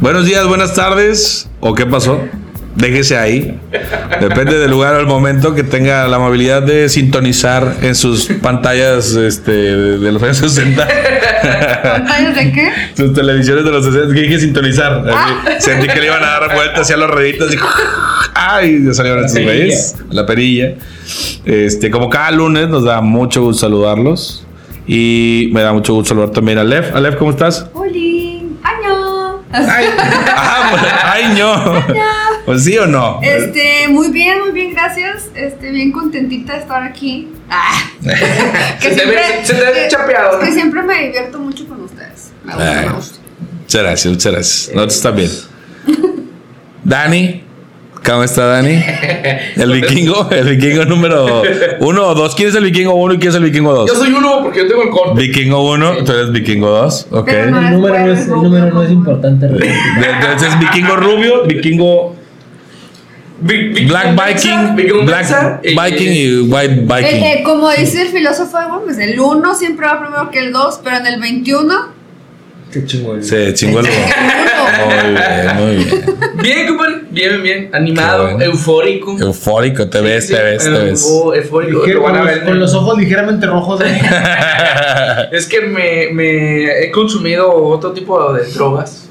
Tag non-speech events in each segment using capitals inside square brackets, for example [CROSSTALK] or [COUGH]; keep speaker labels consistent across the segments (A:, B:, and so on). A: Buenos días, buenas tardes. ¿O qué pasó? Déjese ahí. Depende del lugar o el momento que tenga la amabilidad de sintonizar en sus pantallas este, de los años 60.
B: ¿Pantallas de qué?
A: Sus televisiones de los 60. Que dije sintonizar. Así, Sentí que le iban a dar vueltas hacia los reditos. Y, ¡Ay! Ya salieron estos
C: perilla.
A: güeyes. La perilla. Este, como cada lunes, nos da mucho gusto saludarlos. Y me da mucho gusto saludar también a Alef. Alef, ¿cómo estás?
B: Oli, año.
A: Ay, ah, pues, ay, no. Pues sí o no.
B: Este, muy bien, muy bien, gracias. Este, bien contentita de estar aquí. Ah,
C: [LAUGHS] Se te ve- se te ve
B: que-
C: chapeado, ¿no?
B: Que siempre me divierto mucho con ustedes. Me gusta,
D: Ah,
B: me
A: Ay.
B: gusta.
A: Muchas gracias, muchas gracias. Nosotros también. Dani. ¿Cómo está Dani? El vikingo, el vikingo número uno o dos. ¿Quién es el vikingo uno y quién es el vikingo
C: Yo
A: dos?
C: soy uno porque yo tengo el corte.
A: Vikingo uno, tú eres vikingo dos, ok.
B: Pero no-
A: De-
D: El número no es, el número no es importante. realmente.
A: Entonces, vikingo rubio, vikingo
C: Vi- vi-
A: black
C: Vikingo
A: viking,
C: Mensa,
A: black
C: eh,
A: viking y white
B: Eh,
A: viking.
B: eh, como dice el filósofo Egon, pues el 1 siempre va primero que el 2, pero en el 21
D: Qué chingón.
A: Se
C: [LAUGHS]
A: chingó el Muy bien, muy bien.
C: Bien, compadre. Bien, bien. Animado,
A: Qué bueno.
C: eufórico.
A: Eufórico, te ves, te ves, te ves.
C: Oh, eufórico.
D: Ligero,
C: Lo van a
D: con los-
C: ver.
D: con los ojos ligeramente rojos. güey.
C: Es que me, me he consumido otro tipo de drogas.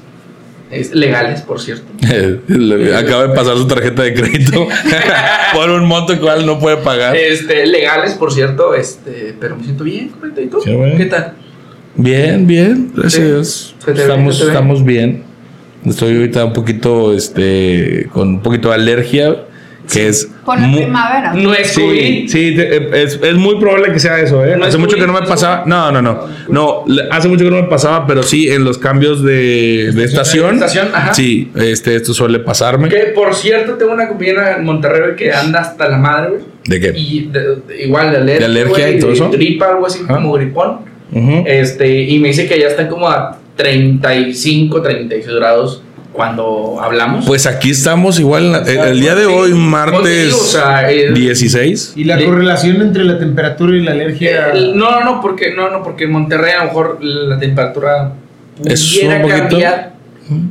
C: Es- legales, por cierto.
A: Eh, Le- Acaba de pasar su tarjeta de crédito [LAUGHS] por un monto el cual no puede pagar.
C: Este, legales, por cierto. Este, pero me siento bien, compadre. ¿Y tú?
A: Qué bueno.
C: ¿Qué tal?
A: Bien, bien, gracias a
C: Sí.
A: Dios.
C: Se te ve,
A: Estamos,
C: se te ve.
A: estamos bien. Estoy ahorita un poquito, este, con un poquito de alergia, que es...
B: por la
A: mu-
B: primavera.
C: No es
A: Sí,
C: COVID.
A: sí, te- eh, es, es muy probable que sea eso, ¿eh?
C: No
A: hace
C: es
A: mucho que no me
C: COVID,
A: pasaba. No, no, no. No, le- hace mucho que no me pasaba, pero sí en los cambios de, de estación.
C: Estación, ajá.
A: Sí, este, esto suele pasarme.
C: Que, por cierto, tengo una compañera en Monterrey güey, que anda hasta la madre, güey.
A: ¿De qué?
C: Y de- de- igual de alergia.
A: ¿De alergia
C: güey,
A: y todo
C: de
A: eso?
C: Gripa, algo así
A: Ah.
C: como gripón.
A: Ujú.
C: Este, y me dice que ya están como a 35, 36 grados cuando hablamos.
A: Pues aquí estamos igual en la- el, el día de
C: Sí. Pues,
A: hoy,
C: Sí, o
A: martes
C: sea, el-
A: 16.
D: Y la
C: Le-
D: correlación entre la temperatura y la alergia.
C: el- no, no, no, porque no, no, porque en Monterrey a lo mejor la temperatura
A: Es
C: pudiera
A: un poquito.
C: cambiar,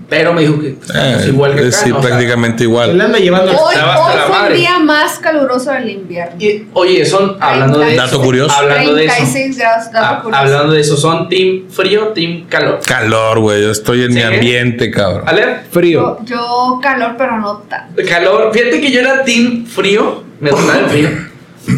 C: pero me dijo que estamos
A: Eh,
C: igual que acá,
A: es- sí,
C: o sea,
A: prácticamente
D: Él
A: igual.
D: anda llevando.
B: Hoy,
C: Estaba hasta
B: hoy
C: la
B: fue
C: madre.
B: el día más caluroso del invierno.
C: y- oye, son hablando de
A: Dato
C: eso,
A: curioso.
C: hablando de eso,
B: 36 grados, dato
C: ha-
B: curioso.
C: hablando de eso, son team frío, team calor.
A: Calor, güey. Yo estoy en
C: ¿Sí?
A: mi ambiente, cabrón.
C: ¿Vale?
B: Yo, yo calor, pero no tanto.
C: Calor, fíjate que yo era team frío, me gustaba el frío,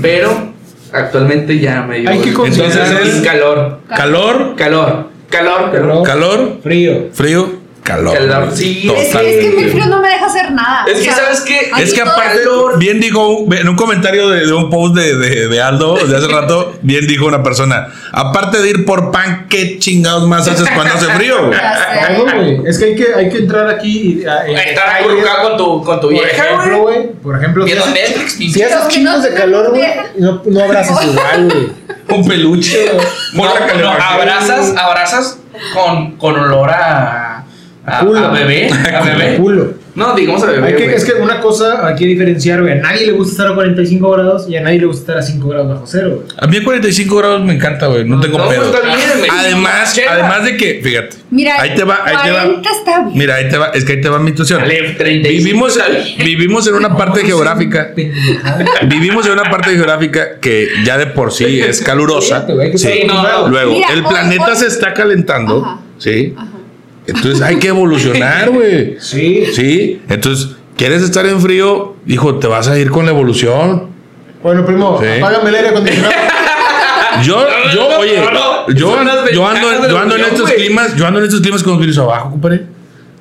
C: pero actualmente ya me dio
D: Hay que
C: entonces
D: considerar-
C: team calor,
A: Calor,
C: calor, calor, calor.
A: calor,
D: Frío.
A: frío, calor.
C: Calor,
A: güey.
C: sí,
B: Es que, es que mi frío no me deja hacer nada.
C: Es que,
B: O sea,
C: ¿sabes qué?
B: aquí
A: Es que
B: todo-
A: aparte,
C: calor.
A: bien dijo un- en un comentario de, de un post de, de- de Aldo de hace
C: [LAUGHS]
A: rato, bien dijo una persona, aparte de ir por pan, ¿qué chingados más haces cuando hace frío?
C: [LAUGHS]
A: güey?
C: Ah,
B: Ya sé.
D: Algo, güey. Es que hay que, hay que entrar aquí. y- a- en
C: Estar
D: detalles.
C: acurrucado con tu, con tu
D: Por
C: vieja,
D: ejemplo,
C: güey.
D: güey. Por ejemplo, si
C: Viendo
D: haces,
C: Netflix,
D: si
C: pinche.
D: haces
B: Los que no
D: chingos de
B: tengan
D: calor, güey,
B: vieja.
D: no, no
B: [LAUGHS]
D: abrazas igual, güey.
A: Un peluche. güey.
C: No, ah,
A: Morra
C: no,
A: calor.
C: abrazas, abrazas con, con olor a, a,
D: Culo.
C: a bebé. A bebé.
D: [LAUGHS] Culo.
C: No, digamos a bebé.
D: Hay que,
C: güey.
D: es que una cosa hay que diferenciar, güey. A nadie le gusta estar a 45 grados y a nadie le gusta estar a 5 grados bajo cero, güey.
A: A mí a 45 grados me encanta, güey. No tengo
C: No, pues,
A: pedo.
C: está bien, güey.
A: Además,
C: Chela.
A: además de que, fíjate.
B: Mira,
A: ahí te va, ahí te va.
B: 40 está bien.
A: Mira, ahí te va, es que ahí te va mi situación.
C: Dale, 35,
A: Vivimos,
C: dale.
A: vivimos en una parte geográfica. [LAUGHS] Vivimos en una parte geográfica que ya de por sí es calurosa.
D: Fíjate, güey, hay que
A: Sí.
D: estar
C: no,
D: acostumbrado.
A: Luego,
B: Mira,
A: el
B: hoy-
A: planeta
B: hoy-
A: se está calentando.
B: Ajá.
A: Sí. Entonces hay que evolucionar, güey.
D: Sí.
A: Sí. Entonces, ¿quieres estar en frío? Hijo, te vas a ir con la evolución.
D: Bueno, primo,
A: Sí.
D: apágame
C: [LAUGHS]
D: el aire acondicionado.
A: Yo,
C: No,
A: yo,
C: no, no,
A: oye,
C: no, no.
A: yo,
C: Son las
A: yo ando,
C: ventajas de
A: yo
C: la
A: ando en
C: unión,
A: estos
C: güey.
A: climas, yo ando en estos climas con los virus abajo, compadre.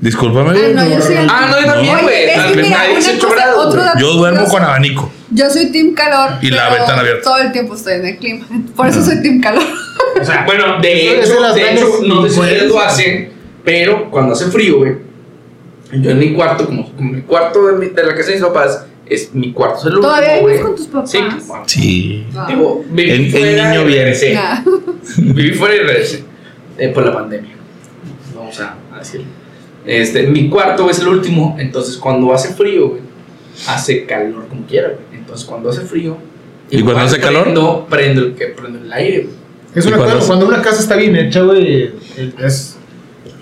A: Discúlpame.
B: Ah, no, yo soy el-
C: Ah, no, yo también,
B: Oye,
C: güey.
B: es que mira,
C: Ah,
B: una
C: 18
B: cosa,
C: grados,
B: otro
C: güey.
B: dato
A: Yo duermo
B: curioso.
A: con abanico.
B: Yo soy team calor.
A: Y la
B: pero
A: ventana abierta.
B: Todo el tiempo estoy en el clima. [LAUGHS] Por
D: Ah.
B: eso soy team calor.
D: O sea,
C: Bueno, de
D: eso es de
C: hecho,
D: las
C: de
D: grandes
C: hecho, no sé Pues. si ustedes lo
D: influencias.
C: hacen, pero cuando hace frío, güey, yo en mi cuarto, como, como mi cuarto de, mi- de la casa de mis papás, es mi cuarto, es el último,
B: ¿Todavía
C: güey.
B: vives con tus papás?
C: Sí, bueno,
A: Sí.
D: Ah.
C: digo, viví
A: El- el
C: fuera
A: niño
C: y
A: bien.
C: regresé.
B: Nah.
C: Viví fuera y regresé. eh, por la pandemia. Vamos a, a decirlo. Este, mi cuarto es el último, entonces cuando hace frío, güey, hace calor como quiera, güey. Entonces cuando hace frío.
A: ¿Y cuando
C: igual
A: hace calor?
C: Prendo, prendo, el, que- prendo el aire, güey.
D: Es
A: ¿Y
D: una
A: cuando
D: cosa,
A: hace-
D: cuando una casa está bien hecha, güey, el- eh, es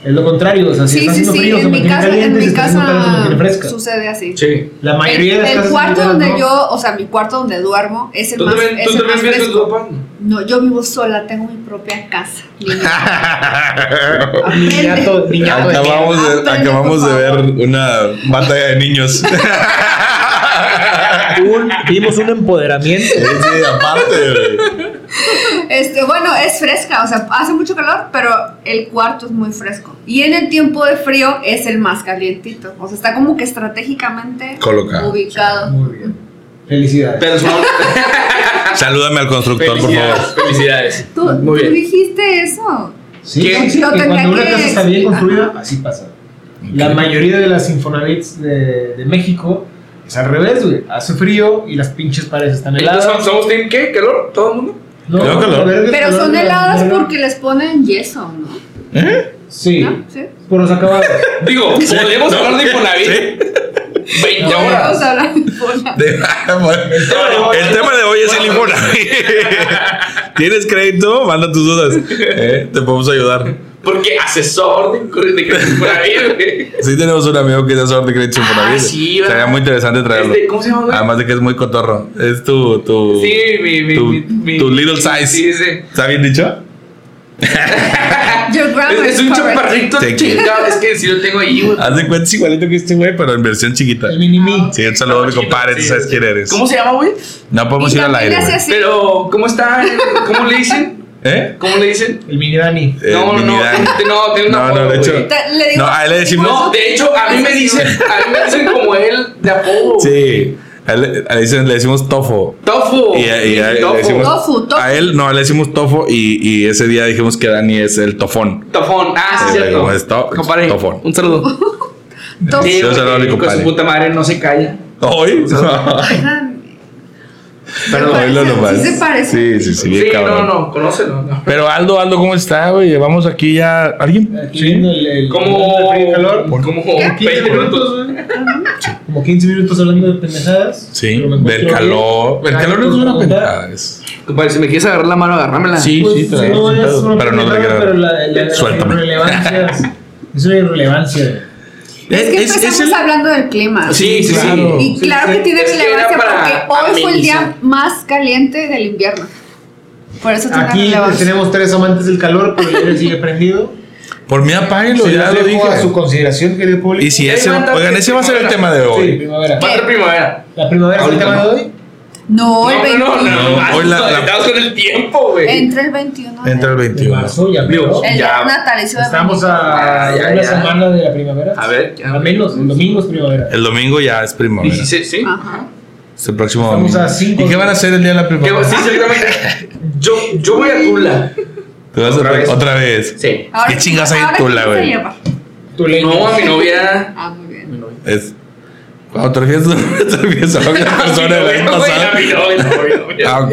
D: Es lo contrario, o sea,
B: Sí,
D: si está
B: sí,
D: haciendo
B: sí.
D: frío, se
B: En mi
D: mantiene
B: casa,
D: caliente,
B: en
D: si
B: mi
D: está haciendo calor, se mantiene
B: casa
D: fresca.
B: sucede así.
C: Sí.
D: La mayoría de
B: el,
D: las
B: el
D: casas
B: cuarto
D: mexicanas
B: donde
D: no.
B: yo, o sea, mi cuarto donde duermo es el
C: ¿Tú
B: más,
C: también,
B: es
C: tú
B: el
C: también
B: más
C: vives con tu
B: fresco.
C: papá?
B: No, yo vivo sola, tengo mi propia casa. Ni-
D: [LAUGHS]
B: Aprende.
D: Niñato, niñato. de mierda.
A: Acabamos, de,
B: Aprende,
A: acabamos
B: por
A: de ver
B: favor.
A: una batalla de niños. Sí,
D: Un- Vimos un empoderamiento.
A: sí, aparte, güey.
B: Este, bueno, es fresca, o sea, hace mucho calor, pero el cuarto es muy fresco. Y en el tiempo de frío es el más calientito. O sea, está como que estratégicamente
D: Ah,
A: Colocado.
B: ubicado.
D: Muy bien.
A: [LAUGHS]
D: Felicidades.
C: Pero su mamá-
A: Salúdame al constructor, por favor.
C: Felicidades, felicidades.
B: ¿Tú,
C: Muy
B: tú
C: bien.
B: dijiste eso.
D: Sí,
C: ¿Quién?
D: sí, sí,
B: Lo
D: que
B: tendría
D: cuando una
B: que-
D: casa está bien
B: Ajá.
D: construida, así pasa. La mayoría de las Infonavits de, de México es al revés, güey. Hace frío y las pinches paredes están
C: Entonces,
D: heladas.
C: ¿somos- ¿Somos team qué? ¿Calor? ¿Todo el mundo?
D: No,
A: Creo que no.
D: la verdad es que
B: Pero
D: el
B: son
D: calor de la
B: heladas
D: mañana-
B: porque les ponen yeso, ¿no?
D: Sí,
B: ¿No? ¿Sí?
D: por los acabados.
C: Digo, podríamos hablar de Infonavit
A: Sí.
C: 20
D: No,
C: horas.
B: Vamos a hablar de [LAUGHS] bola.
A: De- [LAUGHS] el tema de hoy es el Infonavit. ¿Tienes crédito? Manda tus dudas. Eh, Te podemos ayudar.
C: Porque asesor de, de crédito Infonavit, güey.
A: Sí tenemos un amigo que es asesor de crédito Infonavit.
C: Ah, sí, ¿verdad?
A: Sería muy interesante traerlo.
C: Este, ¿Cómo se llama, güey?
A: Además de que es muy cotorro. Es tu... Ah, tu
C: Sí, mi, mi,
A: tu,
C: mi, mi-
A: tu little size.
C: Sí, sí.
A: ¿Está bien dicho?
B: Your grammar
C: Es,
B: is
C: es un
B: correct.
C: chaparrito
A: Te quiero.
C: chingado. Es que si lo tengo ahí, güey.
A: Haz de cuenta es igualito que este güey, pero en versión chiquita.
D: El mini mí.
A: Sí, un saludo a mi compadre, tú sabes quién eres.
C: ¿Cómo se llama, güey?
A: No podemos
B: Y
A: ir al
B: también
A: aire.
B: hace
A: güey.
B: así.
C: Pero, ¿cómo está? ¿Cómo le dicen?
A: ¿Eh?
C: ¿Cómo le dicen?
D: El mini Dani.
A: Eh,
C: no, no,
A: mini
C: no,
A: Dani.
C: te- no, tiene una
A: No, no,
C: foto,
A: de hecho-
C: güey.
B: Te- le digo-
A: No, a él le decimos-
C: No, de hecho, a mí me dicen, a mí me dicen como él de apodo.
A: Sí. A él le- a él dicen- le decimos tofo.
C: Tofu.
A: Y, a- y a- le
C: Tofu.
A: decimos-
B: Tofu, tofu.
A: a él no, le decimos tofo y, y ese día dijimos que Dani es el tofón.
C: Tofón. Ah, sí,
A: Eh,
C: cierto.
A: como es to-
C: Compadre,
A: tofón.
C: Un saludo.
B: Tofu.
A: Sí, un saludo a mi
C: porque con
A: compadre.
C: su puta madre no se calla.
A: ¿Hoy?
C: [LAUGHS]
B: Oigan,
A: Perdón,
B: parece-
A: hoy lo nomás.
B: sí se parece.
A: Sí, sí, sí, bien
C: Sí, no,
A: cabrón.
C: no, conócelo. no.
A: Pero Aldo, Aldo, ¿cómo está, güey? Llevamos aquí ya. ¿Alguien?
D: Aquí viendo el, el- el
C: Como.
D: frío y calor.
C: Como
D: 15
C: 20 minutos.
D: minutos, güey. Como 15 minutos hablando de pendejadas.
A: Sí,
D: pero me encuentro
A: del
D: bien.
A: calor. El
D: Gracias
A: calor no es
D: por
A: una
D: preguntar.
A: pendejada. es-
C: Compadre, si me quieres agarrar la mano, agárramela.
A: Sí,
D: Pues,
A: sí, te la
D: no,
A: doy sin
D: es
A: pedo,
D: una
A: Pero no te
D: pendejada,
A: quiero.
D: pero la- la- la
A: Suéltame.
D: irrelevancia es- Es una irrelevancia, güey.
B: Es que empezamos
A: el-
B: hablando del clima.
C: Ah, Sí, sí,
A: Claro.
C: sí.
B: Y claro
D: sí.
B: que tiene
C: Es que era
B: relevancia
C: para
B: porque hoy fue el día
C: amenizar.
B: más caliente del invierno. Por eso tiene
D: Aquí
B: relevancia.
D: tenemos tres amantes del calor, pero el aire
C: [LAUGHS]
D: sigue prendido.
A: Por mí apáguenlo,
D: Se
A: ya
D: los
A: lo
D: dejo
A: dije.
D: a su consideración, querido público.
A: Y si
C: Ya
A: ese,
C: iba a andar
A: oigan,
C: de
A: ese va a ser el tema
C: primavera.
A: de
D: Sí,
A: hoy.
D: primavera.
C: Va a ser primavera.
D: La primavera es el
C: Ahorita
D: tema
C: no.
D: de hoy.
B: No, el
C: No,
B: 21.
C: no, no, no.
A: Hoy la- la-
C: Estamos con el tiempo, güey.
B: Entre el 21. de-
A: Entra el
D: De
A: 21.
D: marzo ya
C: Digo,
D: veo.
B: El
C: Ya.
B: día natalicio de
D: Estamos
B: México.
D: a
C: Ah, ya, ya.
D: una semana de la primavera.
C: A ver, ya.
D: Al menos, el domingo es primavera.
A: El domingo ya es primavera.
C: 16, sí.
B: Ajá.
A: Es el próximo
D: Estamos
A: domingo.
D: a cinco
A: ¿Y qué
D: días.
A: van a hacer el día de la
C: Que-
A: primavera?
C: sí, exactamente. Yo, yo voy a Tula.
A: Te vas a-
C: Otra vez.
A: Otra vez.
C: Sí.
B: Ahora
A: ¿Qué
B: sí,
A: chingas hay en
B: ahora
A: Tula,
B: sí se
A: güey?
B: lleva.
D: Tu leña.
C: No, a mi novia.
B: Ah, muy bien.
C: Mi novia.
A: Es. Cuando te refieres te refieres a otra persona la vez
C: güey,
A: pasada.
C: a mi novia, a mi [LAUGHS] novia.
A: Ah, ok, ok.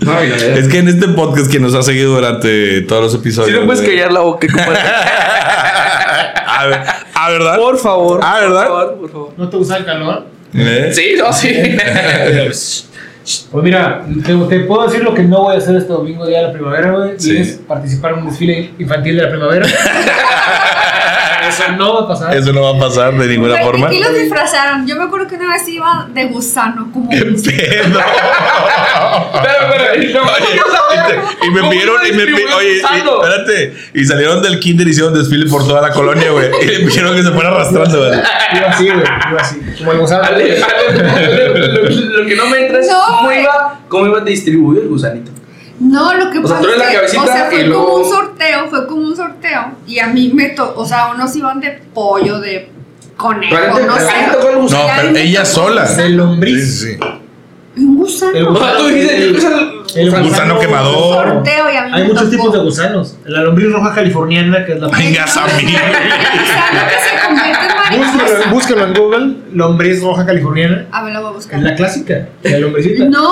C: No, a mi novia.
A: Es que en este podcast que nos ha seguido durante todos los
C: Si
A: episodios.
C: no puedes
A: güey.
C: callar la boca, compadre.
A: [LAUGHS] A ver, ¿ah, verdad?
C: [LAUGHS] Por favor.
A: Ah, ¿verdad?
C: Por favor, por favor.
D: ¿No te gusta el calor?
A: ¿Eh?
C: Sí, no, [LAUGHS] sí.
D: Pues mira, te, te puedo decir lo que no voy a hacer este domingo día de la primavera, güey.
A: Sí.
D: Y es participar en un desfile infantil de
C: [LAUGHS]
D: la primavera. Eso no va a pasar.
A: Eso no va a pasar de ninguna
B: Güey,
A: forma.
B: ¿de
A: [LAUGHS]
B: qué los disfrazaron? Yo me acuerdo que una vez iba de gusano, como un-
A: Pero-
C: Pero, pero, y luego, [LAUGHS] yo sabía-
A: Y me
C: ¿cómo
A: pidieron,
C: iba a
A: y me pi-
C: distribuir
A: oye, y-
C: usando?
A: espérate, y salieron del kinder y hicieron desfile por toda la colonia, güey. Y le pidieron que se fuera arrastrando, güey.
D: Iba así, güey. Iba así. Como el gusano.
C: Ale, ale, lo, lo- lo que no me entra es
B: No,
C: cómo
B: güey.
C: iba, cómo iba a distribuir el gusanito.
B: No, lo que
C: O sea,
B: pasa
C: tú eres
B: es
C: la
B: que,
C: cabecita
B: o sea,
C: y
B: fue
C: luego-
B: como un sorteo, fue como un sorteo y a mí me tocó, o sea, unos iban de pollo, de conejo,
C: Pero a ti te-
B: no
C: a ti
B: sé.
C: te tocó el
A: No,
C: gusano.
B: Ay,
A: pero
B: me
A: ella
B: tocó
A: sola.
B: gusano.
D: El lombriz.
A: Sí, sí, sí.
B: Un
D: El
C: O
B: gusano.
D: gusano.
C: sea, tú dijiste, yo puse el
D: El
C: gusano.
A: gusano quemador.
B: Sorteo y a mí
D: Hay
B: me
D: muchos
B: tocó.
D: tipos de gusanos. La lombriz roja californiana, que es la
A: Vengas a mí.
B: [LAUGHS] El gusano que se convierte en mariposa.
D: Búsquelo, búsquelo en Google, lombriz roja californiana.
B: A ver, Ah, lo voy a
D: Es la
B: buscar.
D: clásica, la lombricita.
B: No,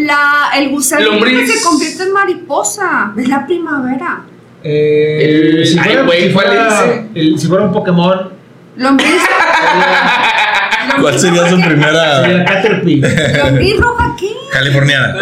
B: la, el gusano que
C: Lombriz.
B: se convierte en mariposa. Es la primavera.
D: Eh,
C: El-
D: si, fuera,
C: ay, güey,
D: si
C: ¿cuál
D: fuera-
C: dice?
D: el- si fuera un [LAUGHS] Pokémon,
B: Lombriz.
A: ¿Cuál sería su
B: primera?
D: sería la
A: primera
D: Caterpie.
C: [LAUGHS]
B: ¿Lombriz roja qué?
A: californiana?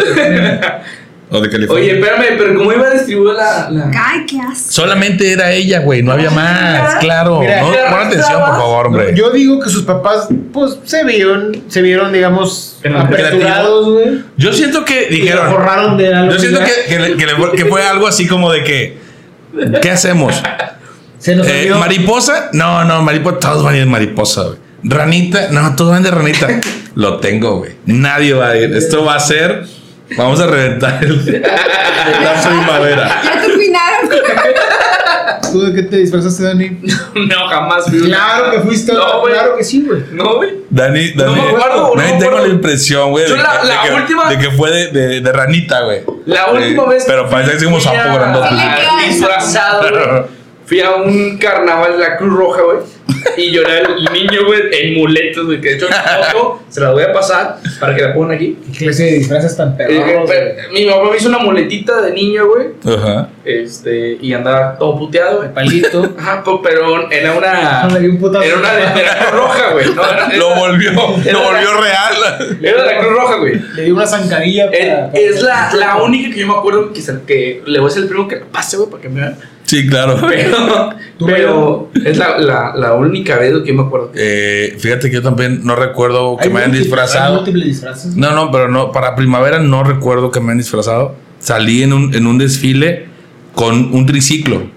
A: O de California.
C: Oye, espérame, pero ¿cómo iba a distribuir la.? la...
B: Ay, qué asco.
A: Solamente era ella, güey. No había más. Claro.
D: Mira,
A: no,
C: ella
A: pon
C: arrastraba.
A: atención, por favor, hombre.
D: Yo digo que sus papás, pues, se vieron, se vieron, digamos,
C: En el
D: apresurados, güey.
A: Yo siento que
D: Y se
A: dijeron.
D: borraron de algo.
A: Yo siento que, que le- que le- que fue algo así como de que. ¿Qué hacemos?
D: Se [LAUGHS] nos
A: Eh,
D: olvidó.
A: mariposa, no, no, mariposa, todos van a ir en mariposa, güey. Ranita, no, todos van de
D: [LAUGHS]
A: ranita. Lo tengo, güey. Nadie va a ir. Esto va a ser. Vamos a reventar el, [LAUGHS] la primavera.
B: Ya terminaron.
D: ¿Tú de qué te disfrazaste, Dani?
C: No, jamás, güey.
D: Claro que fuiste.
C: No, güey.
D: claro que sí, güey.
C: No, güey.
A: Dani, Dani,
C: me acuerdo, no
A: Dani,
C: me
A: tengo
C: acuerdo.
A: la impresión, güey, de,
C: Yo la-
A: que-
C: la
A: de que-
C: última-
A: de que fue de, de- de ranita, güey.
C: La
A: Eh,
C: última vez.
A: Pero parece que es como
C: fui
A: sapo
C: a-
A: grandote.
C: a- Disfrazado, [LAUGHS] güey. Fui a un carnaval de la Cruz Roja, güey. Y yo era el niño, güey, en muletas, güey. Que de hecho, la foto se las voy a pasar para que la pongan aquí.
D: ¿Qué clase de disfrazas tan
C: Eh, eh,
D: perros? güey?
C: pero mi mamá me hizo una muletita de niño, güey.
A: Ajá.
C: Este, y andaba todo puteado, güey.
D: De palito.
C: Ajá, pues, pero era una.
D: Ah, Le di un putazo.
C: Era una de de la Cruz Roja, güey. No, era,
A: Lo volvió,
C: era
A: lo
C: la-
A: volvió real.
C: era de la Cruz Roja, güey.
D: Le di una zancadilla.
C: Eh,
D: para- para-
C: es la, la única que yo me acuerdo que, se- que le voy a hacer el primo que la pase, güey, para que me vean.
A: Sí, claro.
C: Pero,
D: ¿Tú,
C: pero es la, la, la única vez que yo me acuerdo. que-
A: Eh, fíjate que yo también no recuerdo que
D: Hay
A: me hayan
D: múltiples- Hay
A: disfrazado.
D: múltiples disfraces.
A: No, no, pero no, para primavera no recuerdo que me han disfrazado. Salí en un, en un desfile con un triciclo.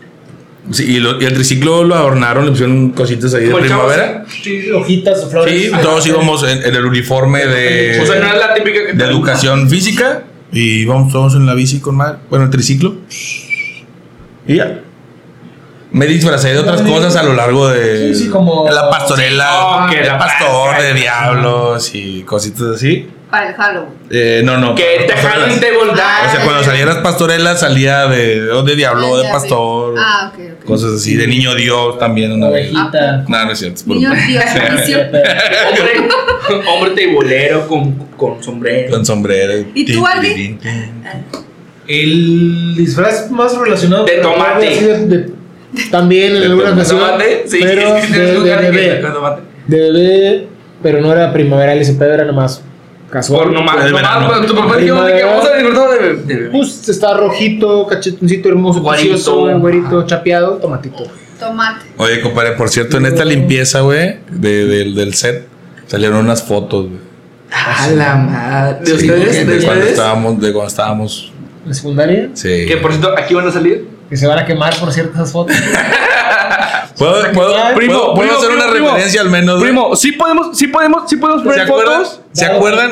A: Sí, y, lo- y el triciclo lo adornaron, le pusieron cositas ahí de
C: como el chavo,
A: primavera.
C: Sí,
D: Hojitas o flores.
A: Sí, todos íbamos en, en el uniforme
C: O sea, no
A: de,
C: es la típica que
A: Eh, de educación física. Y vamos todos en la bici con madre. Bueno, el triciclo. Y ya. Me disfracé de otras cosas a lo largo de
D: Sí, sí, como-
A: de la pastorela,
C: Oh, que
A: el
C: la
A: pastor
C: pasca.
A: de diablos y cositas así.
B: [LAUGHS] Para el Halloween.
A: Eh, no, no.
C: Que te
A: pastorelas.
C: jalan de
A: O
C: bondad.
A: sea, Ah, cuando salían las pastorelas salía de, o de diablo, o de
B: Ah, Ya,
A: pastor,
B: Ah, ok, ok.
A: cosas así, de niño Dios también una vez. No,
D: Ovejita.
C: Ah,
A: no es cierto. es puro-
B: Niños, Dios,
D: [LAUGHS]
B: bendición.
C: Hombre, [LAUGHS] hombre teibolero con, con sombrero.
A: Con sombrero.
B: ¿Y tú,
A: Tin,
B: Aldi?
A: tin, tin.
D: El disfraz más relacionado
C: De
D: con-
C: tomate.
D: así de- de- también en
A: De
D: algunas
A: tomate.
D: ocasiones.
C: ¿Tomate? Sí,
D: pero
C: es que
D: de,
C: tienes
D: de
C: lugar de que
D: bebé.
C: sacan tomate.
D: De bebé, pero no era primaveral ese pedo, era nomás casual.
C: Por nomás,
A: Fue de
C: nomás,
A: verano.
C: cuando tu papá dijo de que vamos a disfrutar de, de, de-
D: Pues está rojito, cachetoncito hermoso,
C: Guarito.
D: precioso, güerito, chapeado, tomatito.
B: Tomate.
A: Oye, compadre, por cierto, en esta limpieza, güey, de- del- del set, salieron unas fotos, güey.
C: A la madre. ¿De
A: Sí,
C: ustedes? ¿De
A: de cuando
C: ustedes?
A: estábamos, de cuando estábamos.
D: ¿La secundaria?
A: Sí.
C: Que por cierto, aquí van a salir.
D: Que se van a quemar por ciertas fotos.
A: ¿Puedo, puedo, puedo-
C: Primo,
A: puedo
C: primo,
A: hacer
C: primo,
A: una
C: primo.
A: referencia al menos? güey?
C: Primo, sí podemos, sí podemos, sí podemos
A: ¿Se
C: ver
A: acuerdan?
C: fotos.
A: ¿Se acuerdan?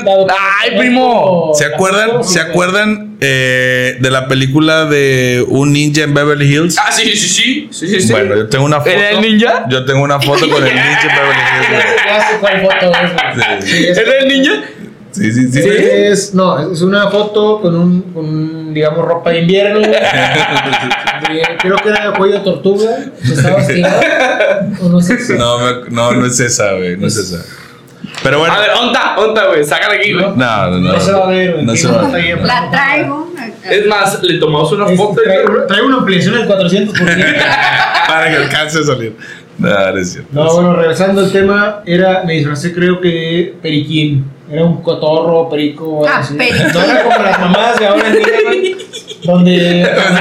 C: ¡Ay, primo!
A: ¿Se acuerdan, ¿se acuerdan eh, de la película de un ninja en Beverly Hills?
C: Ah, sí, sí, sí. sí, sí, sí.
A: Bueno, yo tengo una foto.
C: ¿Era el ninja?
A: Yo tengo una foto con el ninja en Beverly Hills.
D: Ya sé cuál foto es,
A: güey.
D: güey.
A: Sí,
D: Sí, es-
C: ¿Era el ninja?
A: sí, sí. sí, sí.
D: Es, no, es una foto con un, con un, digamos, ropa de invierno.
C: [LAUGHS]
D: güey.
A: [LAUGHS]
D: De- creo que era de cuello de tortuga. que Estaba estirado. [LAUGHS] O no sé si.
A: No, me- no, no es esa, güey. No es esa. Pero bueno.
C: A ver, onda, onda, güey, sácala aquí, güey.
A: No, no, no.
D: No se va a ver, güey.
A: No se va a ver. no.
B: La traigo.
C: Es más, le tomamos una
D: Es-
C: foto.
D: trae, trae una ampliación del 400%.
A: [LAUGHS] Para que alcance a salir. No, no es cierto.
D: No, bueno, regresando al tema, era, me disfracé creo que de periquín. Era un cotorro, perico. algo
B: Ah,
D: así.
B: periquín.
D: No era como las mamás de ahora en día, güey, donde.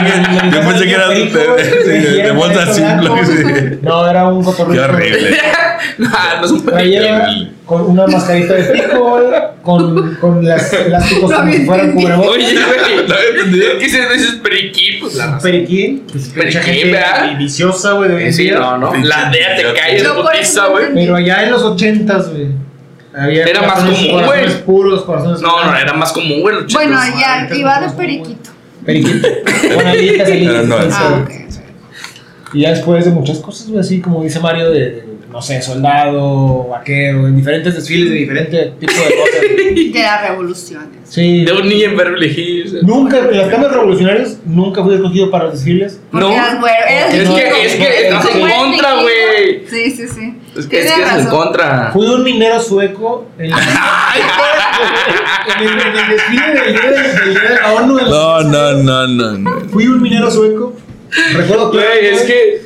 A: [LAUGHS] Yo pensé que era de, de, de, de bolsa simple. sí.
D: No, era un cotorro.
A: Qué horrible.
C: [LAUGHS] no, no es un
A: [LAUGHS]
C: perro.
D: Traía con una mascarita de pico, güey, con, con las elásticos
B: No
D: como si
B: había
D: fueran
B: entendido.
D: cubrebocas.
C: Oye, güey.
A: ¿Lo había entendido?
C: ¿Qué se dice periquí? Pues la raza.
D: Periquín, pues, mucha
C: Periquín,
D: gente
C: ¿verdad?
D: viciosa, güey, de hoy en
C: Sí,
D: día.
C: no, no. La DEA te cae de
B: Yo por eso
C: putiza,
B: no
C: güey.
B: entendí.
D: Pero allá en los ochentas, güey. Había
C: Era más
D: corazones-
C: común, güey.
D: corazones puros, corazones
C: No, no, era más común, güey. los
B: Bueno,
C: chicos.
B: ya iba de periquito.
D: Periquito.
A: [LAUGHS]
D: Con alitas,
A: Pero no,
D: alitas.
B: Ah, ok.
D: Y ya después de muchas cosas, güey, así como dice Mario, de, de, no sé, soldado, vaquero, en diferentes desfiles de diferente tipo de cosas.
B: De las revoluciones.
D: Sí.
C: De un niño en Beverly Hills.
D: Nunca, en las cámaras revolucionarias, nunca fui escogido para los desfiles.
B: Porque
C: No.
B: eras güero. eras
D: Es
B: rico.
D: que- es que estás en
B: Como eres
C: contra,
B: riquito.
C: güey.
B: Sí, sí, sí.
C: Es que es,
B: Tienes
C: que es en
B: razón.
C: contra.
D: Fui un minero sueco en, la- [LAUGHS] en el, en el desfile del día de, del día de la ONU. en-
A: No, no, no, no, no.
D: Fui un minero sueco. Recuerdo que.
C: Güey, es que.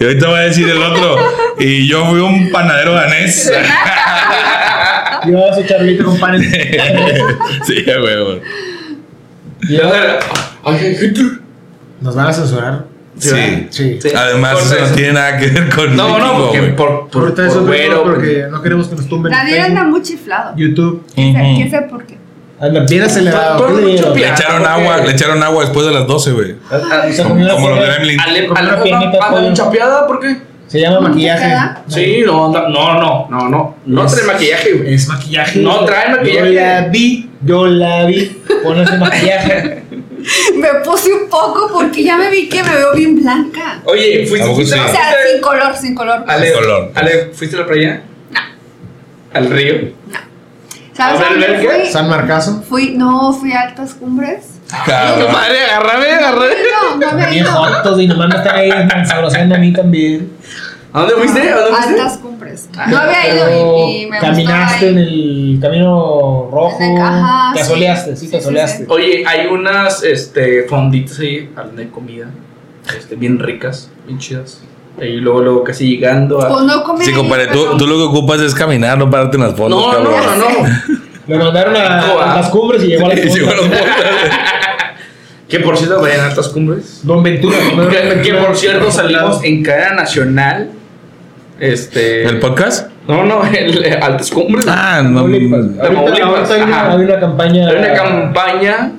A: Y ahorita voy a decir el otro. Y yo fui un panadero danés. [LAUGHS]
D: Llevaba su charlito con panes.
A: sí, a huevo.
D: Y
C: Yo,
D: luego
C: ay, ay,
D: nos van a censurar.
A: Sí.
C: ¿verdad?
D: Sí.
C: Sí.
A: Además,
C: Por
A: eso no
C: eso.
A: tiene nada que ver con
C: No,
A: México,
C: no, porque
A: güey.
C: por, por,
D: Ahorita
C: por
D: eso
C: güero,
D: porque no queremos que nos tumben.
B: Nadie
D: Facebook,
B: anda muy chiflado.
D: YouTube. Ah,
B: ¿Quién sabe-
A: Ujú.
B: ¿Quién sabe por qué?
D: Anda bien acelerado.
C: Todo- todo
D: ¿qué le
C: mucho
D: digo?
A: Le echaron
C: Porque-
A: agua, le echaron agua después de las 12, güey.
C: Ah,
D: Se
A: Como,
D: comió la
A: como los
D: sopa.
A: gremlins.
C: Ale,
D: Con una
C: Ale,
D: piernita
C: anda
D: pollo.
C: bien chapeada, ¿por qué?
D: Se llama
B: ¿Cómo te
D: maquillaje.
B: queda?
C: Sí, no, anda- no, no, no, no. No
D: Es-
C: trae maquillaje, güey.
D: Es maquillaje.
C: No trae maquillaje.
D: Yo la vi. Yo la vi.
B: [LAUGHS]
D: Ponerse maquillaje.
B: Me puse un poco porque ya me vi que me veo bien blanca.
C: Oye,
A: ¿A
C: fuiste,
A: poco
C: fuiste,
A: sí?
B: O
C: fuiste-
B: sea, sin color, sin color.
C: Ale,
A: Sin color.
C: Ale, ¿fuiste a la playa? No. ¿Al río?
B: ¿Sabes
C: a ver,
B: a dónde
C: alberca,
B: fui?
D: San Marcaso.
B: Fui, no, fui a altas cumbres.
A: Cabrón.
C: Madre, agárrame, agárrame.
B: No, no me he
D: Bien
B: ido.
D: jotos y nomás me están ahí ensabroceando a mí también.
C: ¿A dónde fuiste? ¿A dónde fuiste?
B: Altas cumbres. No había ido
D: Pero
B: y, y me
D: Caminaste en
B: gustó ahí.
D: el camino rojo.
B: En el- ajá,
D: te
B: sí.
D: asoleaste, sí,
B: Sí,
D: te
B: sí,
D: asoleaste.
C: Oye, hay unas este, fonditas ahí hablando de comida, este, bien ricas, bien chidas. Y luego, luego casi llegando a.
B: Pues no comí
A: Sí,
B: ahí,
A: compadre, tú,
B: pero-
A: tú lo que ocupas es caminar, no pararte en las fotos,
C: No, no,
A: cabrón.
C: no, no.
D: Lo mandaron a,
C: Ah.
D: a las cumbres y llegó a las
A: Y
D: cumbres.
A: llegó a los botas.
C: Que por cierto, vayan a altas cumbres.
D: Don Ventura. ¿no?
C: Que, que por cierto, salimos en cadena nacional. Este.
A: ¿El podcast?
C: No, no, el, eh, altas cumbres.
A: Ah, no.
D: Tamaulipas. Ahorita, ahorita hay,
C: Ajá.
D: una, hay una campaña
C: Hay una campaña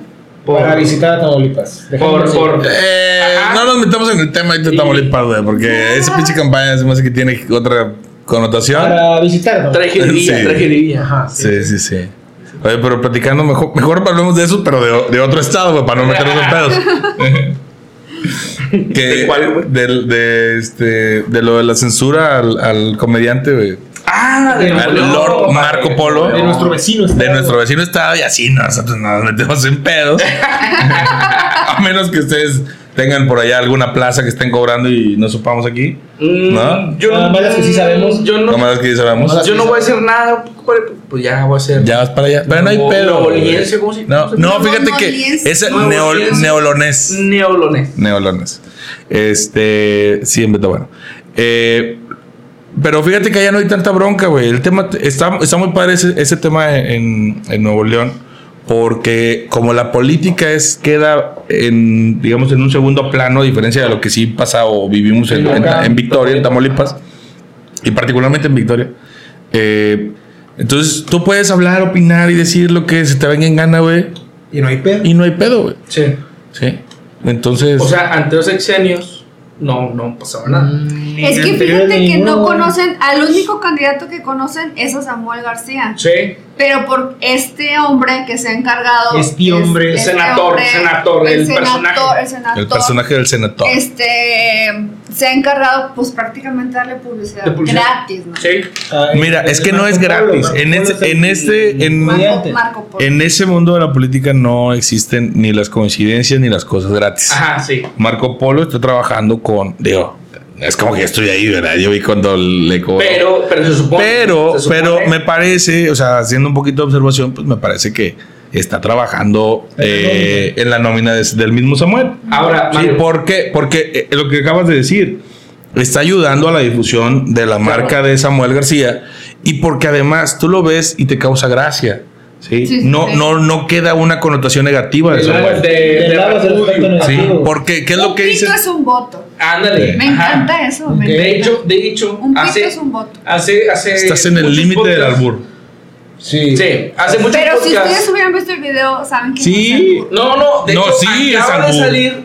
C: por,
D: para visitar a Tamaulipas. Déjame
C: Por,
D: decir.
C: por.
A: Eh,
C: Ajá.
A: no nos metamos en el tema de Tamaulipas, güey, porque esa pinche campaña se me hace que tiene otra connotación.
D: Para visitar. ¿no?
C: Tragedia,
A: Sí.
C: tragedia.
D: Ajá.
A: Sí, sí, sí. Oye, pero platicando mejor, mejor hablemos de eso, pero de, de otro estado, güey, para no meternos en [LAUGHS] pedos. Que-
C: ¿De cuál, güey?
A: del- de, este, de lo de la censura al, al comediante, güey.
C: Ah, de
A: Al
C: Napoleón,
A: Lord
C: compadre.
A: Marco Polo.
D: De nuestro vecino.
A: de
D: está-
A: nuestro vecino estado y así nosotros nos metemos en
C: [LAUGHS]
A: pedos. a menos que ustedes tengan por allá alguna plaza que estén cobrando y no supamos aquí.
C: Mm,
A: ¿No?
C: Yo
D: Nada más las Ah, que sí sabemos.
C: Yo no,
A: No más que sabemos.
D: No,
C: yo no voy a hacer nada, compadre, pues ya voy a hacer.
A: Ya vas para allá. Pero no hay
C: Nuevo-
A: pedo.
C: Nuevooliense, ¿cómo se-
A: No,
C: cómo se
A: no,
B: llama?
A: fíjate que
B: Nuevooliense.
A: es el
C: Nuevooliense.
A: neol- neolonés.
C: Neolones.
A: Neolones. Este, sí, en verdad, bueno. Eh, pero fíjate que allá no hay tanta bronca, güey. El tema está, está muy padre ese, ese tema en, en Nuevo León. Porque como la política es, queda en, digamos, en un segundo plano, a diferencia de lo que sí pasa o vivimos en, en- en Victoria, en Tamaulipas, y particularmente en Victoria. Eh, entonces tú puedes hablar, opinar y decir lo que se te venga en gana, güey,
D: Y no hay pedo.
A: y no hay pedo, güey.
C: Sí.
A: Sí. Entonces.
C: O sea, ante los sexenios no, no pasaba nada.
D: Ni
B: Es que
D: anterior
B: fíjate que
D: ninguno,
B: no
D: güey.
B: conocen, al único candidato que conocen es a Samuel García.
C: Sí.
B: Pero por este hombre que se ha encargado.
D: Este hombre,
B: es-
C: senador, senador, el personaje.
B: El senador.
A: El personaje del senador.
B: Este se ha encargado, pues prácticamente darle publicidad,
C: De publicidad.
B: gratis, ¿no?
C: Sí.
D: Ah, el-
A: Mira, es
D: el
A: que no es
D: Marco Polo,
A: gratis.
D: Marco
A: En
D: Polo
A: este-
D: es el-
A: en este- en-
B: Marco,
D: comediante.
B: Marco Polo.
A: En ese mundo de la política no existen ni las coincidencias ni las cosas gratis.
C: Ajá, sí.
A: Marco Polo está trabajando con, digo, es como que yo estoy ahí, ¿verdad? Yo vi cuando le cobró.
C: Pero, pero se supone.
A: pero,
C: se supone-
A: pero me parece, o sea, haciendo un poquito de observación, pues me parece que está trabajando
D: En la
A: eh, en la nómina de- del mismo Samuel.
C: Ahora,
A: Sí,
C: Mario,
A: ¿por qué? Porque eh, lo que acabas de decir está ayudando a la difusión de la marca de Samuel García y porque además tú lo ves y te causa gracia. ¿sí?
B: Sí, sí,
A: no,
B: sí.
A: No, no queda una connotación negativa de
C: De la-
A: Samuel.
C: de-
D: Del lado del aspecto
C: Sí,
A: ¿sí?
D: negativo.
A: Porque, ¿qué es lo
B: un
A: que
B: pito
A: dice?
B: es un voto.
C: ándale.
B: Me
C: ajá.
B: encanta eso. me
D: De
C: De
B: encanta.
C: hecho, de hecho,
B: un pito
C: hace,
B: es un voto.
C: hace, hace.
A: Estás en el
C: muchos
A: límite del
C: podcasts-
A: albur.
D: Sí.
C: Sí, hace muchos
B: Pero si
C: podcasts-
B: ustedes hubieran visto el video, saben que
A: Sí.
B: no es el-
C: No, no, de
A: No,
C: hecho,
A: sí,
C: acaba de
A: es albur.
C: salir.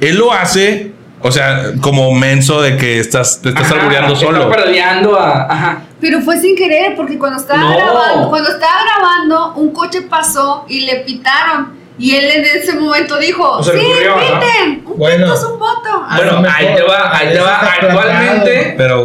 A: Él lo hace, o sea, como menso de que estás, te estás
C: Ajá,
A: albureando
C: está
A: solo.
C: parodiando a. Ajá.
B: Pero fue sin querer, porque cuando estaba
C: No.
B: grabando, cuando estaba grabando, un coche pasó y le pitaron. Y él en ese momento dijo,
C: O sea,
B: sí,
C: le ocurrió, ¿no?
B: piten, un
D: Bueno.
B: pito es un voto.
D: Ah,
C: Bueno,
D: no,
C: ahí
D: mejor.
C: te va, ahí te
D: Eso
C: va.
D: está
C: Actualmente.
A: Pero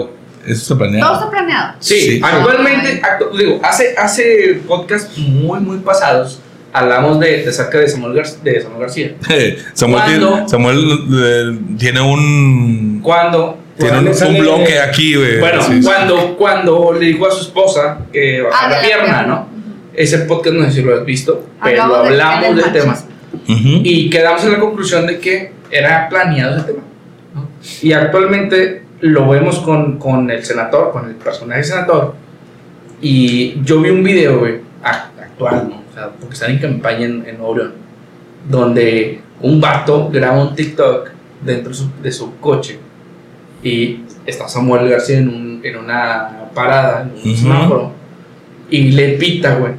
A: eso está
B: Todo
A: planeado.
B: está planeado.
C: Sí,
A: Sí.
C: actualmente, actu- digo, hace, hace podcasts muy, muy pasados. Hablamos de, de acerca de Samuel, Gar- de Samuel García.
A: [LAUGHS] Samuel, tiene,
C: ¿Cuándo?
A: Samuel, eh, tiene un
C: Cuando.
A: Tiene un,
D: Sale-
A: un bloque aquí, güey.
C: Bueno,
A: Así es.
C: cuando, cuando le dijo a su esposa que
B: Ah,
C: bajara
B: de
C: la
B: la
C: pierna,
B: pierna.
C: ¿no? Ese podcast no sé si lo has visto, pero
B: Hablamos del-
C: hablamos
B: del
C: del tema.
B: machismo.
A: Ujú.
C: Y quedamos en la conclusión de que era planeado ese tema. ¿no? Y actualmente lo vemos con, con el senador, con el personaje del senador. Y yo vi un video, güey, a- actual, ¿no? O sea, porque están en campaña en, en Nuevo León. donde un vato graba un TikTok dentro de su, de su coche y está Samuel García en, un- en una parada, en un
A: Ujú.
C: semáforo, y le pita, güey.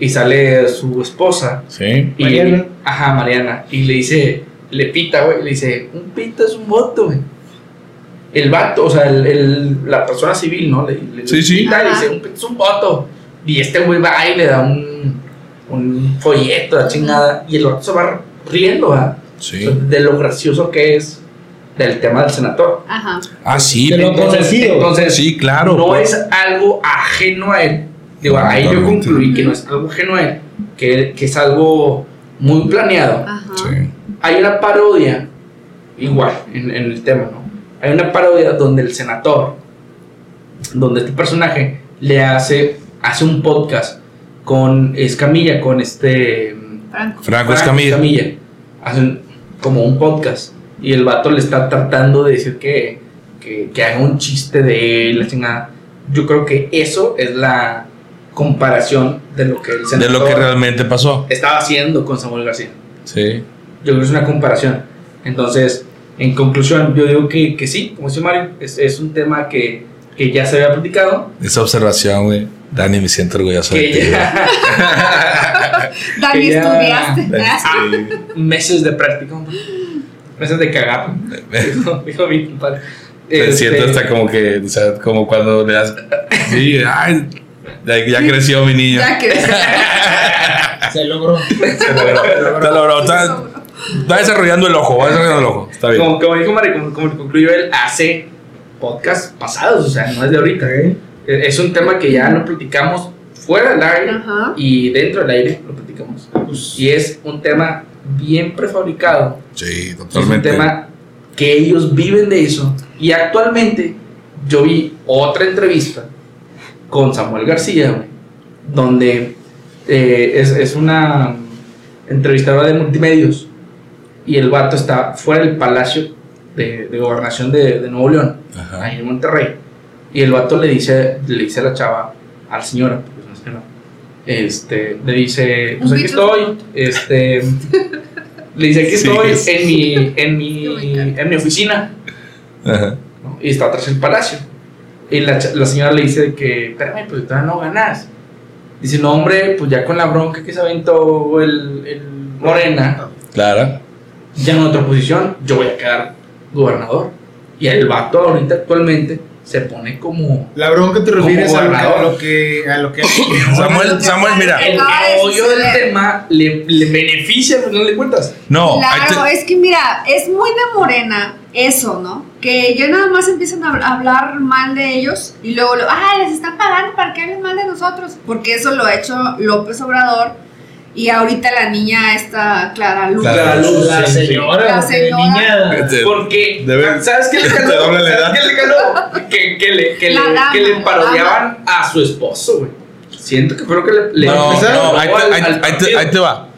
C: Y sale su esposa
A: Sí.
C: y,
D: Mariana.
C: Ajá, Mariana. Y le dice, le pita, güey. Le dice, un pito es un voto, güey. El vato, o sea, el, el- la persona civil, ¿no? Le, le-
A: Sí, sí.
C: pita y le
B: Ajá.
C: dice, un pito es un voto. Y este güey va y le da un, un folleto, la chingada. Y el vato se va riendo, ¿verdad? O sea,
A: Sí.
C: de lo gracioso que es del tema del senador.
B: Ajá.
A: Ah, sí.
D: Que lo
A: pues,
D: conocido.
C: entonces
A: Sí, claro.
C: no
A: pues.
C: es algo ajeno a él. Digo, ahí yo
A: Totalmente.
C: concluí que no es algo ajeno a él, que, que es algo muy planeado.
B: Ajá.
A: Sí.
C: Hay una parodia, igual, en, en el tema, ¿no? Hay una parodia donde el senador, donde este personaje le hace, hace un podcast con Escamilla, con este...
B: Franco.
A: Franco Escamilla.
C: Hacen como un podcast y el vato le está tratando de decir que, que, que haga un chiste de él, la chingada. Yo creo que eso es la comparación de lo que el
A: De lo que
C: senador
A: realmente pasó.
C: estaba haciendo con Samuel García.
A: Sí.
C: Yo creo que es una comparación. Entonces, en conclusión, yo digo que, que sí, como dice Mario, es, es un tema que, que ya se había platicado.
A: Esa observación, güey. Dani, me siento orgulloso de
C: Que
A: ti. güey.
C: ya [LAUGHS]
B: Dani,
C: que ya-
B: estudiaste.
C: [LAUGHS]
A: Sí.
C: meses de práctica, hombre. meses
A: [LAUGHS]
C: de cagar. dijo, dijo mi compadre.
A: Me
C: Este,
A: siento hasta como que, o sea, como cuando le das. Sí, ay, ya, ya creció mi niño.
B: Ya que.
D: Se logró. [LAUGHS]
A: Se logró, se logró, Está, está desarrollando el ojo, va desarrollando el ojo. Está bien.
C: como, como dijo Mario, como, como concluyó él, hace podcast pasados, o sea, no es de ahorita. E- Es un tema que ya lo platicamos fuera del aire
B: Ajá.
C: y dentro del aire lo platicamos. Y es un tema bien prefabricado.
A: Sí,
C: Es
A: totalmente.
C: un tema que ellos viven de eso. Y actualmente yo vi otra entrevista con Samuel García, güey, donde eh, es, es una entrevistadora de multimedios y el vato está fuera del Palacio de, de Gobernación de, de Nuevo León,
A: Ajá.
C: ahí en Monterrey. Y el vato le dice, le dice a la chava, a la señora, porque es una señora, este, le dice, pues
B: Un
C: aquí
B: bicho.
C: estoy,
B: [LAUGHS]
C: este, le dice, aquí
A: Sí,
C: estoy
A: sí.
C: en mi, en mi,
B: Qué bacán.
C: en mi oficina,
A: Ajá.
C: ¿no? y está atrás el palacio. Y la, cha- la señora le dice que, espérame, pues todavía no ganas. Dice, no, hombre, pues ya con la bronca que se aventó el, el Morena,
A: Claro.
C: ya en otra posición, yo voy a quedar gobernador. Y el vato ahorita actualmente se pone como
D: La bronca te refieres a lo, que, a
C: gobernador.
D: lo que. A lo [LAUGHS] que
A: Samuel, Samuel, mira.
C: el
B: Acaba de
C: hoyo Ah, oh, del
B: suceder.
C: tema le, le beneficia, no le cuentas.
A: No, ahí
B: Claro,
A: te-
B: es que mira, es muy de morena eso, ¿no? Que ya nada más empiezan a habl- a hablar mal de ellos y luego, lo- ah, les están pagando para que hablen mal de nosotros. Porque eso lo ha hecho López Obrador y ahorita la niña esta Clara Luz.
A: Clara Luz.
D: La
C: Sí, sí.
D: señora.
B: La señora.
C: eh.
D: niñada.
A: te-
C: Porque,
A: Debe-
C: ¿sabes
A: [LAUGHS]
C: qué le
A: Te
C: caló?
A: dobla la edad.
C: ¿Sabes qué le caló? Que, que le, que,
B: La
C: le,
B: dama,
C: que le
B: la
C: parodiaban a su esposo, güey. Siento que creo que le, le
A: no,
C: empezaron
A: no,
C: a
A: ahí,
C: robar
A: te, ahí-
C: al
A: ahí te-
C: partido.
A: ahí te va.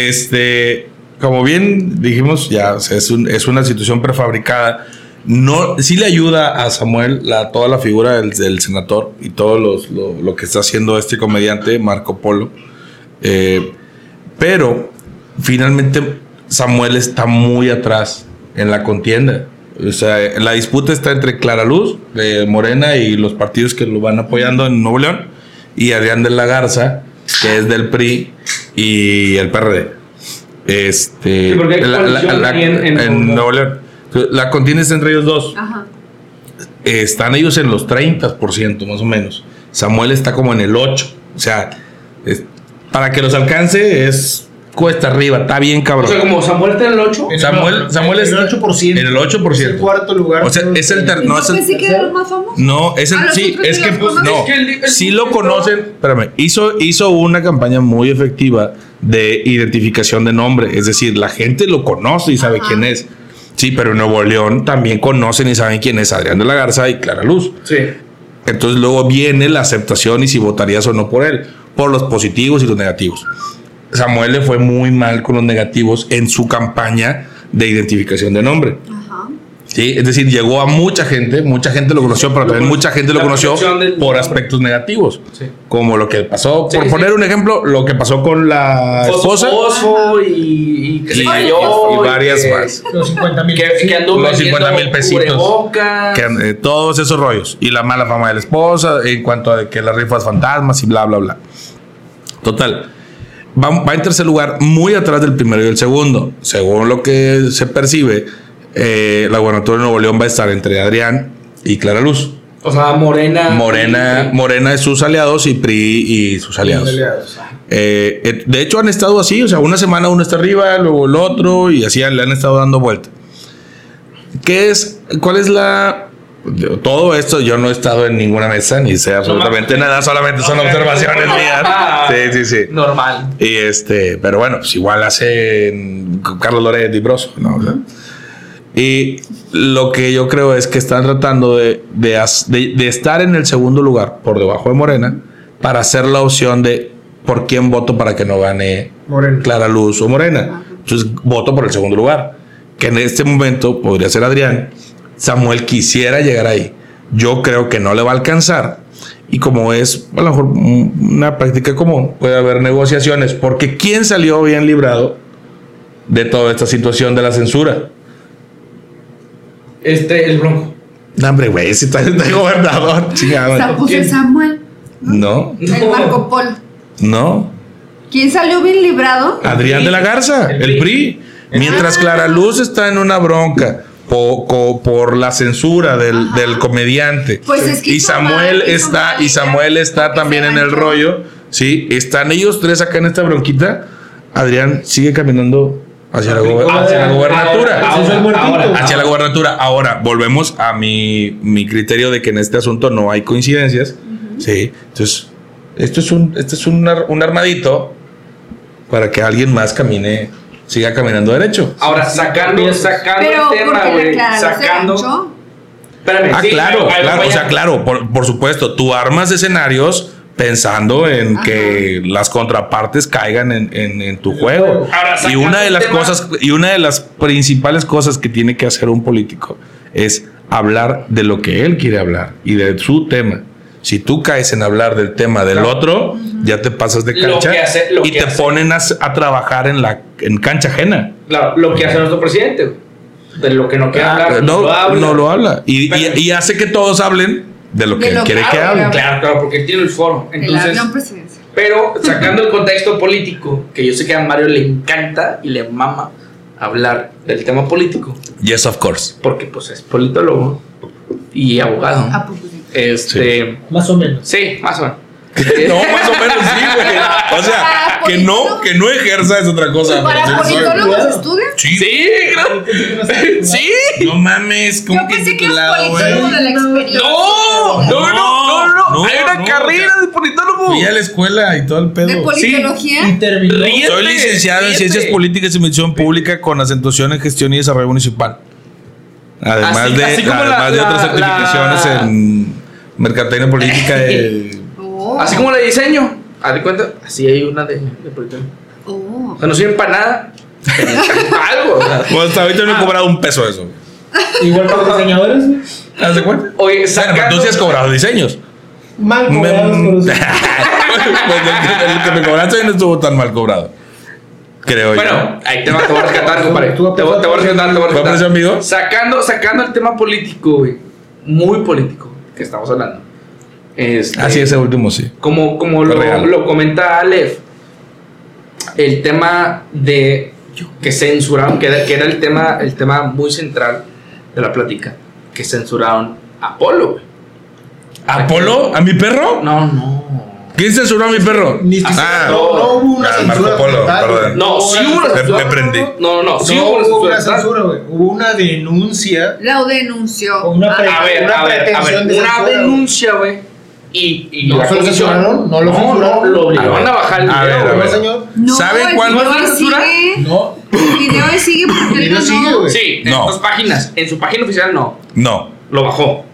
A: Este, como bien dijimos, ya o sea, es, un- es una situación prefabricada. No, sí le ayuda a Samuel la, toda la figura del, del senador y todo los- lo, lo que está haciendo este comediante Marco Polo. Eh, pero finalmente Samuel está muy atrás en la contienda. O sea, la disputa está entre Clara Luz de Morena y los partidos que lo van apoyando en Nuevo León y Adrián de la Garza, que es del PRI y el PRD. Este,
C: Sí, porque hay
A: la- la-
C: coalición
A: la-
C: ahí en- en
A: en Nuevo León. Entonces, La contienda está entre ellos dos.
B: Ajá.
A: Eh, están ellos en los 30% más o menos. Samuel está como en el 8. O sea, es- para que los alcance es cuesta arriba, está bien
C: O
A: cabrón.
C: sea, como Samuel está en el 8,
A: Samuel- Samuel
D: es. El
A: está-
D: 8%.
A: en el
D: Es el
A: 8%.
D: cuarto lugar.
A: O sea, es el ter-
B: Y
A: No,
B: yo
A: es el-
B: pensé que era el más famoso.
A: No, es el-
B: A los
A: sí,
B: otros
A: es
B: ni
A: que
B: los conocen.
A: no,
C: Es que el- el-
A: sí lo conocen, espérame, hizo, hizo una campaña muy efectiva de identificación de nombre, es decir, la gente lo conoce y sabe
B: Ajá.
A: quién es. Sí, pero en Nuevo León también conocen y saben quién es Adrián de la Garza y Clara Luz.
C: sí.
A: Entonces luego viene la aceptación y si votarías o no por él, por los positivos y los negativos. Samuel le fue muy mal con los negativos en su campaña de identificación de nombre.
B: Ajá.
A: Sí, es decir, llegó a mucha gente, mucha gente lo conoció, pero
C: Lo
A: también
C: conoció.
A: mucha gente lo
C: La
A: conoció
C: percepción del-
A: por aspectos negativos.
C: Sí.
A: Como lo que pasó,
C: Sí,
A: por
C: sí.
A: poner un ejemplo, lo que pasó con la esposa.
C: Fosfo y, y que se
A: Y-
C: cayó.
A: y varias
C: que-
A: más.
D: Los 50 mil.
C: Que, que anduvo
A: Los
C: vendiendo
A: 50,000 pesitos.
C: cubrebocas.
A: que, eh, todos esos rollos y la mala fama de la esposa en cuanto a que las rifas fantasmas y bla bla bla total va, va en tercer lugar muy atrás del primero y el segundo según lo que se percibe eh, la gubernatura de Nuevo León va a estar entre Adrián y Clara Luz
C: O sea, Morena.
A: Morena Morena es sus aliados y PRI y sus aliados
D: Aliados.
A: eh, eh, de hecho, han estado así, o sea, una semana uno está arriba, luego el otro, y así le han estado dando vuelta. ¿Qué es? ¿Cuál es la.? Todo esto, yo no he estado en ninguna mesa, ni sé absolutamente nada, solamente son
C: Ok.
A: observaciones mías.
C: Ah.
A: Sí, sí, sí.
C: Normal.
A: Y este, pero bueno, pues igual hacen Carlos Loret y Broso, ¿no? O sea, y lo que yo creo es que están tratando de, de as- de- de estar en el segundo lugar por debajo de Morena para hacer la opción de por quién voto para que no gane
D: Moreno.
A: Clara Luz o Morena. Entonces voto por el segundo lugar, que en este momento podría ser Adrián. Samuel quisiera llegar ahí. Yo creo que no le va a alcanzar. Y como es a lo mejor un- una práctica común, puede haber negociaciones. Porque ¿quién salió bien librado de toda esta situación de la censura?
C: Este, el Bronco.
A: No, hombre, güey, si está está el gobernador,
B: Sa-
A: chingado.
B: pues, el Samuel,
A: [LAUGHS] No,
B: el Marco Polo.
A: no.
B: ¿Quién salió bien librado?
A: Adrián de la Garza,
C: El
A: el PRI.
B: Ah.
A: Mientras Clara Luz está en una bronca po- co- por, la censura del, del comediante.
B: Pues es que
A: y
B: hizo
A: Samuel
B: mal, hizo
A: está,
B: mal,
A: y Samuel
B: ya,
A: está
B: porque
A: también
B: se
A: en el
B: manchó.
A: rollo. Sí, están ellos tres acá en esta bronquita. Adrián sigue caminando hacia la, gober-
D: Aplicó
A: hacia la
D: la-
A: gobernatura.
D: Ahora, es el
C: [LAUGHS]
D: muertito.
C: ahora.
A: hacia la gobernatura. Ahora, volvemos a mi, mi criterio de que en este asunto no hay coincidencias. Sí. Entonces, esto es un, esto es un, ar- un armadito para que alguien más camine, siga caminando derecho.
C: Ahora, sacando, sacando
B: Pero
C: el tema,
B: porque la
C: güey.
B: Clara Luz se
C: Sacando.
B: ganchó.
C: Espérame.
A: Ah,
C: sí,
A: claro,
C: ahí- ahí
A: claro.
C: voy
A: O sea,
C: a-
A: claro, por, por supuesto, tú armas escenarios pensando en
B: Ajá.
A: que las contrapartes caigan en, en- en tu juego. y
C: Ahora, sacando
A: una de
C: el
A: las
C: tema-
A: cosas, y una de las principales cosas que tiene que hacer un político es hablar de lo que él quiere hablar y de su tema. Si tú caes en hablar del tema del otro, ya te pasas de
C: Lo
A: cancha
C: que hace- lo
A: y
C: que
A: te
C: hace.
A: ponen a, a trabajar en la en cancha ajena.
C: Claro, lo que hace nuestro presidente, güey. De lo que no quiere hablar.
A: Ah, Eh, no,
C: lo habla.
A: no lo habla. Y, y-
C: Pero-
A: y hace que todos hablen de lo
B: De
A: que él
B: lo
A: quiere
B: que
A: que
B: habla.
A: hablen.
C: Claro, claro, porque tiene el foro.
B: El
C: Entonces.
B: avión presidencial.
C: Pero sacando el contexto político, que yo sé que a Mario le encanta y le mama hablar del tema político,
A: Yes, of
C: [LAUGHS]
A: course.
C: porque pues es politólogo y abogado.
A: ah,
B: ¿A
A: pues,
B: poco sí?
C: Este,
D: Más o menos.
C: sí, más o menos.
A: No, más o menos sí, güey. O sea,
B: Para
A: que no,
B: politólogo.
A: que no ejerza es otra cosa.
B: ¿Para
A: pero sí,
B: politólogos
D: claro.
B: estudian?
A: Sí, sí.
C: Sí, claro. Sí.
A: No mames, ¿cómo
B: Yo
A: que
B: pensé que era
A: titulado, güey?
B: politólogo de la experiencia.
C: No, no, no, no, no,
A: No,
C: Hay una
A: no,
C: carrera
A: ya.
C: de politólogo.
A: Fui a la escuela y todo el
B: ¿De
A: pedo.
B: politología?
D: Intervino.
C: Ríe.
A: Soy licenciado en
C: Siete.
A: Ciencias Políticas y Mención Pública con acentuación en Gestión y Desarrollo Municipal. Además
C: Así-
A: de,
C: así como
A: además
C: la-
A: de
C: la-
A: otras certificaciones
C: la-
A: en Mercadotecnia
C: [LAUGHS]
A: Política. eh,
B: Oh.
C: Así como la de diseño. Haz de cuenta, así hay una de, de politólogo.
B: Oh.
C: O sea, no soy [LAUGHS] empanada. pero algo. o sea.
A: Bueno, Pues, hasta ahorita no
C: Ah.
A: he cobrado un peso de eso.
D: Igual que los diseñadores. güey.
A: ¿Haz de cuenta?
C: Oye,
A: Bueno,
C: sacando,
A: pero tú sí has cobrado diseños.
D: Mal
C: Mm.
A: Me-
D: cobrados por
A: pues
D: los-
A: [LAUGHS] el, que, el que me cobraste no estuvo tan mal cobrado. Creo
C: Bueno, ahí te, va, te voy a [LAUGHS] rescatar, compadre. Te,
D: Tú
C: voy- te voy a rescatar, te voy a
A: ¿Va a
C: rescatar.
A: aparecer amigo?
C: Sacando, sacando el tema político, güey. Muy político, que estamos hablando. Este,
A: yo. Así es, el último sí.
C: Como, como
A: Real.
C: lo, lo comenta Aleph, el tema de que censuraron, que era, que era el, tema, el tema muy central de la plática, que censuraron a Apolo, güey.
A: ¿Apolo? ¿A mi perro?
C: No, no.
A: ¿Quién censuró a mi perro?
D: [LAUGHS] Ni
A: Ah,
D: siquiera- no, no hubo una
A: ah,
D: censura.
A: Marco Polo,
D: como tal, güey.
A: perdón.
C: No, sí hubo una
A: Me-
C: censura.
A: me prendí.
C: No, no, no. Sí hubo una
D: hubo una
C: censura.
D: censura, güey. Hubo una denuncia.
B: La denunció.
D: Con una pre-
B: Ah,
C: A ver,
D: Una
C: a ver, a ver,
D: pretensión de
C: una
D: censura,
C: denuncia, güey. Y, y
D: ¿No
C: la
D: se lo
C: comisión-
D: censuraron? ¿No lo censuraron?
C: lo obligaron
A: A
C: a,
A: ver,
C: bajar el
A: a
C: video,
A: ver, a
C: güey.
D: ¿No, señor?
B: No,
A: ¿Saben
B: el
A: cuál-
B: video
C: ¿No es
B: ahí
C: censura?
B: sigue.
D: No.
B: El video ahí sigue porque
D: El video
B: él
D: sigue,
B: ganó.
D: güey.
C: Sí, en
A: No.
C: dos páginas. En su página oficial no.
A: No.
C: Lo bajó.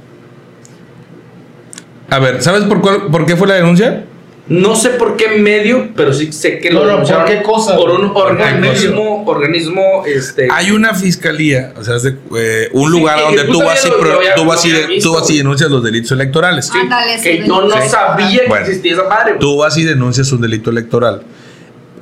A: A ver, ¿sabes por, cuál, por qué fue la denuncia?
C: No sé por qué medio, pero sí sé que
D: No, no, ¿por
C: denunciaron
D: qué cosa?
C: Por un
A: ¿Por qué
C: organismo, organismo, este.
A: Hay una fiscalía, o sea, es de, eh, un
C: Sí,
A: lugar
C: eh,
A: donde tú
C: justo
A: vas, y,
C: había-
A: pro-
C: lo había-
A: tú, vas y
C: lo
A: de-
C: había
A: tú vas y
C: visto.
A: denuncias los delitos electorales.
C: sí,
B: Ándale, sí,
C: que yo no
A: sí.
C: sabía que
A: Bueno.
C: existía esa madre. güey.
A: Tú vas y denuncias un delito electoral.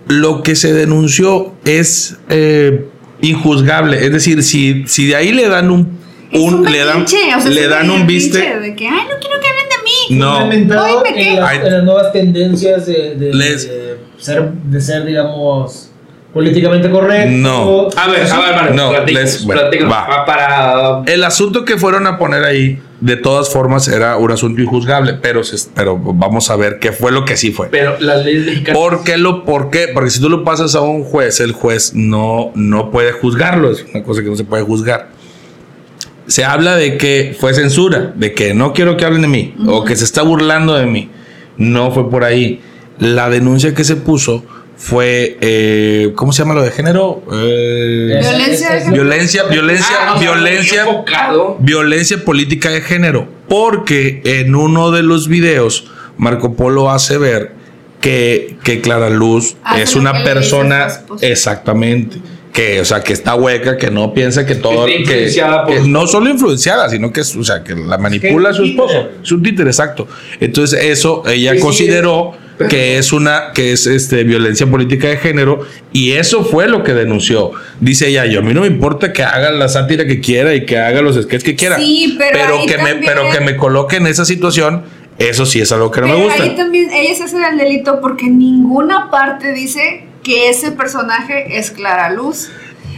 A: Lo que se denunció es eh, injuzgable. Es decir, si, si de ahí le dan un,
B: Es
A: un-
B: un
A: le dan,
B: berrinche, o sea,
A: le
B: es
A: dan un
B: berrinche
A: viste.
B: De que, ay, no quiero que hablen de mí.
A: No,
D: Implementado
B: Oye, ¿me qué?
D: en, las,
A: Ay.
D: en las nuevas tendencias de, de-
A: Les-
D: de ser, de ser, digamos, políticamente correcto.
A: No.
C: A ver, a ver, Mario,
A: No,
C: platícanos,
A: les- bueno,
C: platícanos.
A: va.
C: Pa- Para.
A: el asunto que fueron a poner ahí, de todas formas, era un asunto injuzgable, pero, se- pero vamos a ver qué fue lo que sí fue.
C: Pero las leyes mexicanas.
A: ¿Por qué lo, por qué? Porque si tú lo pasas a un juez, el juez no, no puede juzgarlo, es una cosa que no se puede juzgar. Se habla de que fue censura, de que no quiero que hablen de mí, o que se está burlando de mí. No fue por ahí. La denuncia que se puso fue, eh, ¿cómo se llama lo de género? Eh,
D: Esa-
B: Violencia
D: esa
B: de
D: es-
B: género.
A: violencia, violencia,
C: Ah, o sea,
A: violencia.
C: enfocado.
A: Violencia política de género. Porque en uno de los videos, Marco Polo hace ver que, que Clara Luz
B: Hace
A: es
B: lo que
A: una
B: le dice
A: persona.
B: su esposa.
A: Exactamente. Que, o sea, que está hueca, que no piensa que todo.
C: Que
A: Que,
C: está influenciada por
A: que
C: su-
A: no solo influenciada, sino que, es- o sea, que la manipula
D: es
A: su
D: un
A: esposo.
D: títere.
A: Es un títere, exacto. Entonces, eso ella
C: Sí, sí,
A: consideró.
B: [LAUGHS]
A: que es una que es este violencia política de género y eso fue lo que denunció dice ella yo a mí no me importa que haga la sátira que quiera y que haga los sketches que quiera
B: Sí, pero ahí
A: que me
B: también-
A: pero que me coloque en esa situación eso sí es algo que no me
B: Pero
A: gusta
B: ahí también ella se hace el delito porque en ninguna parte dice que ese personaje es Clara Luz.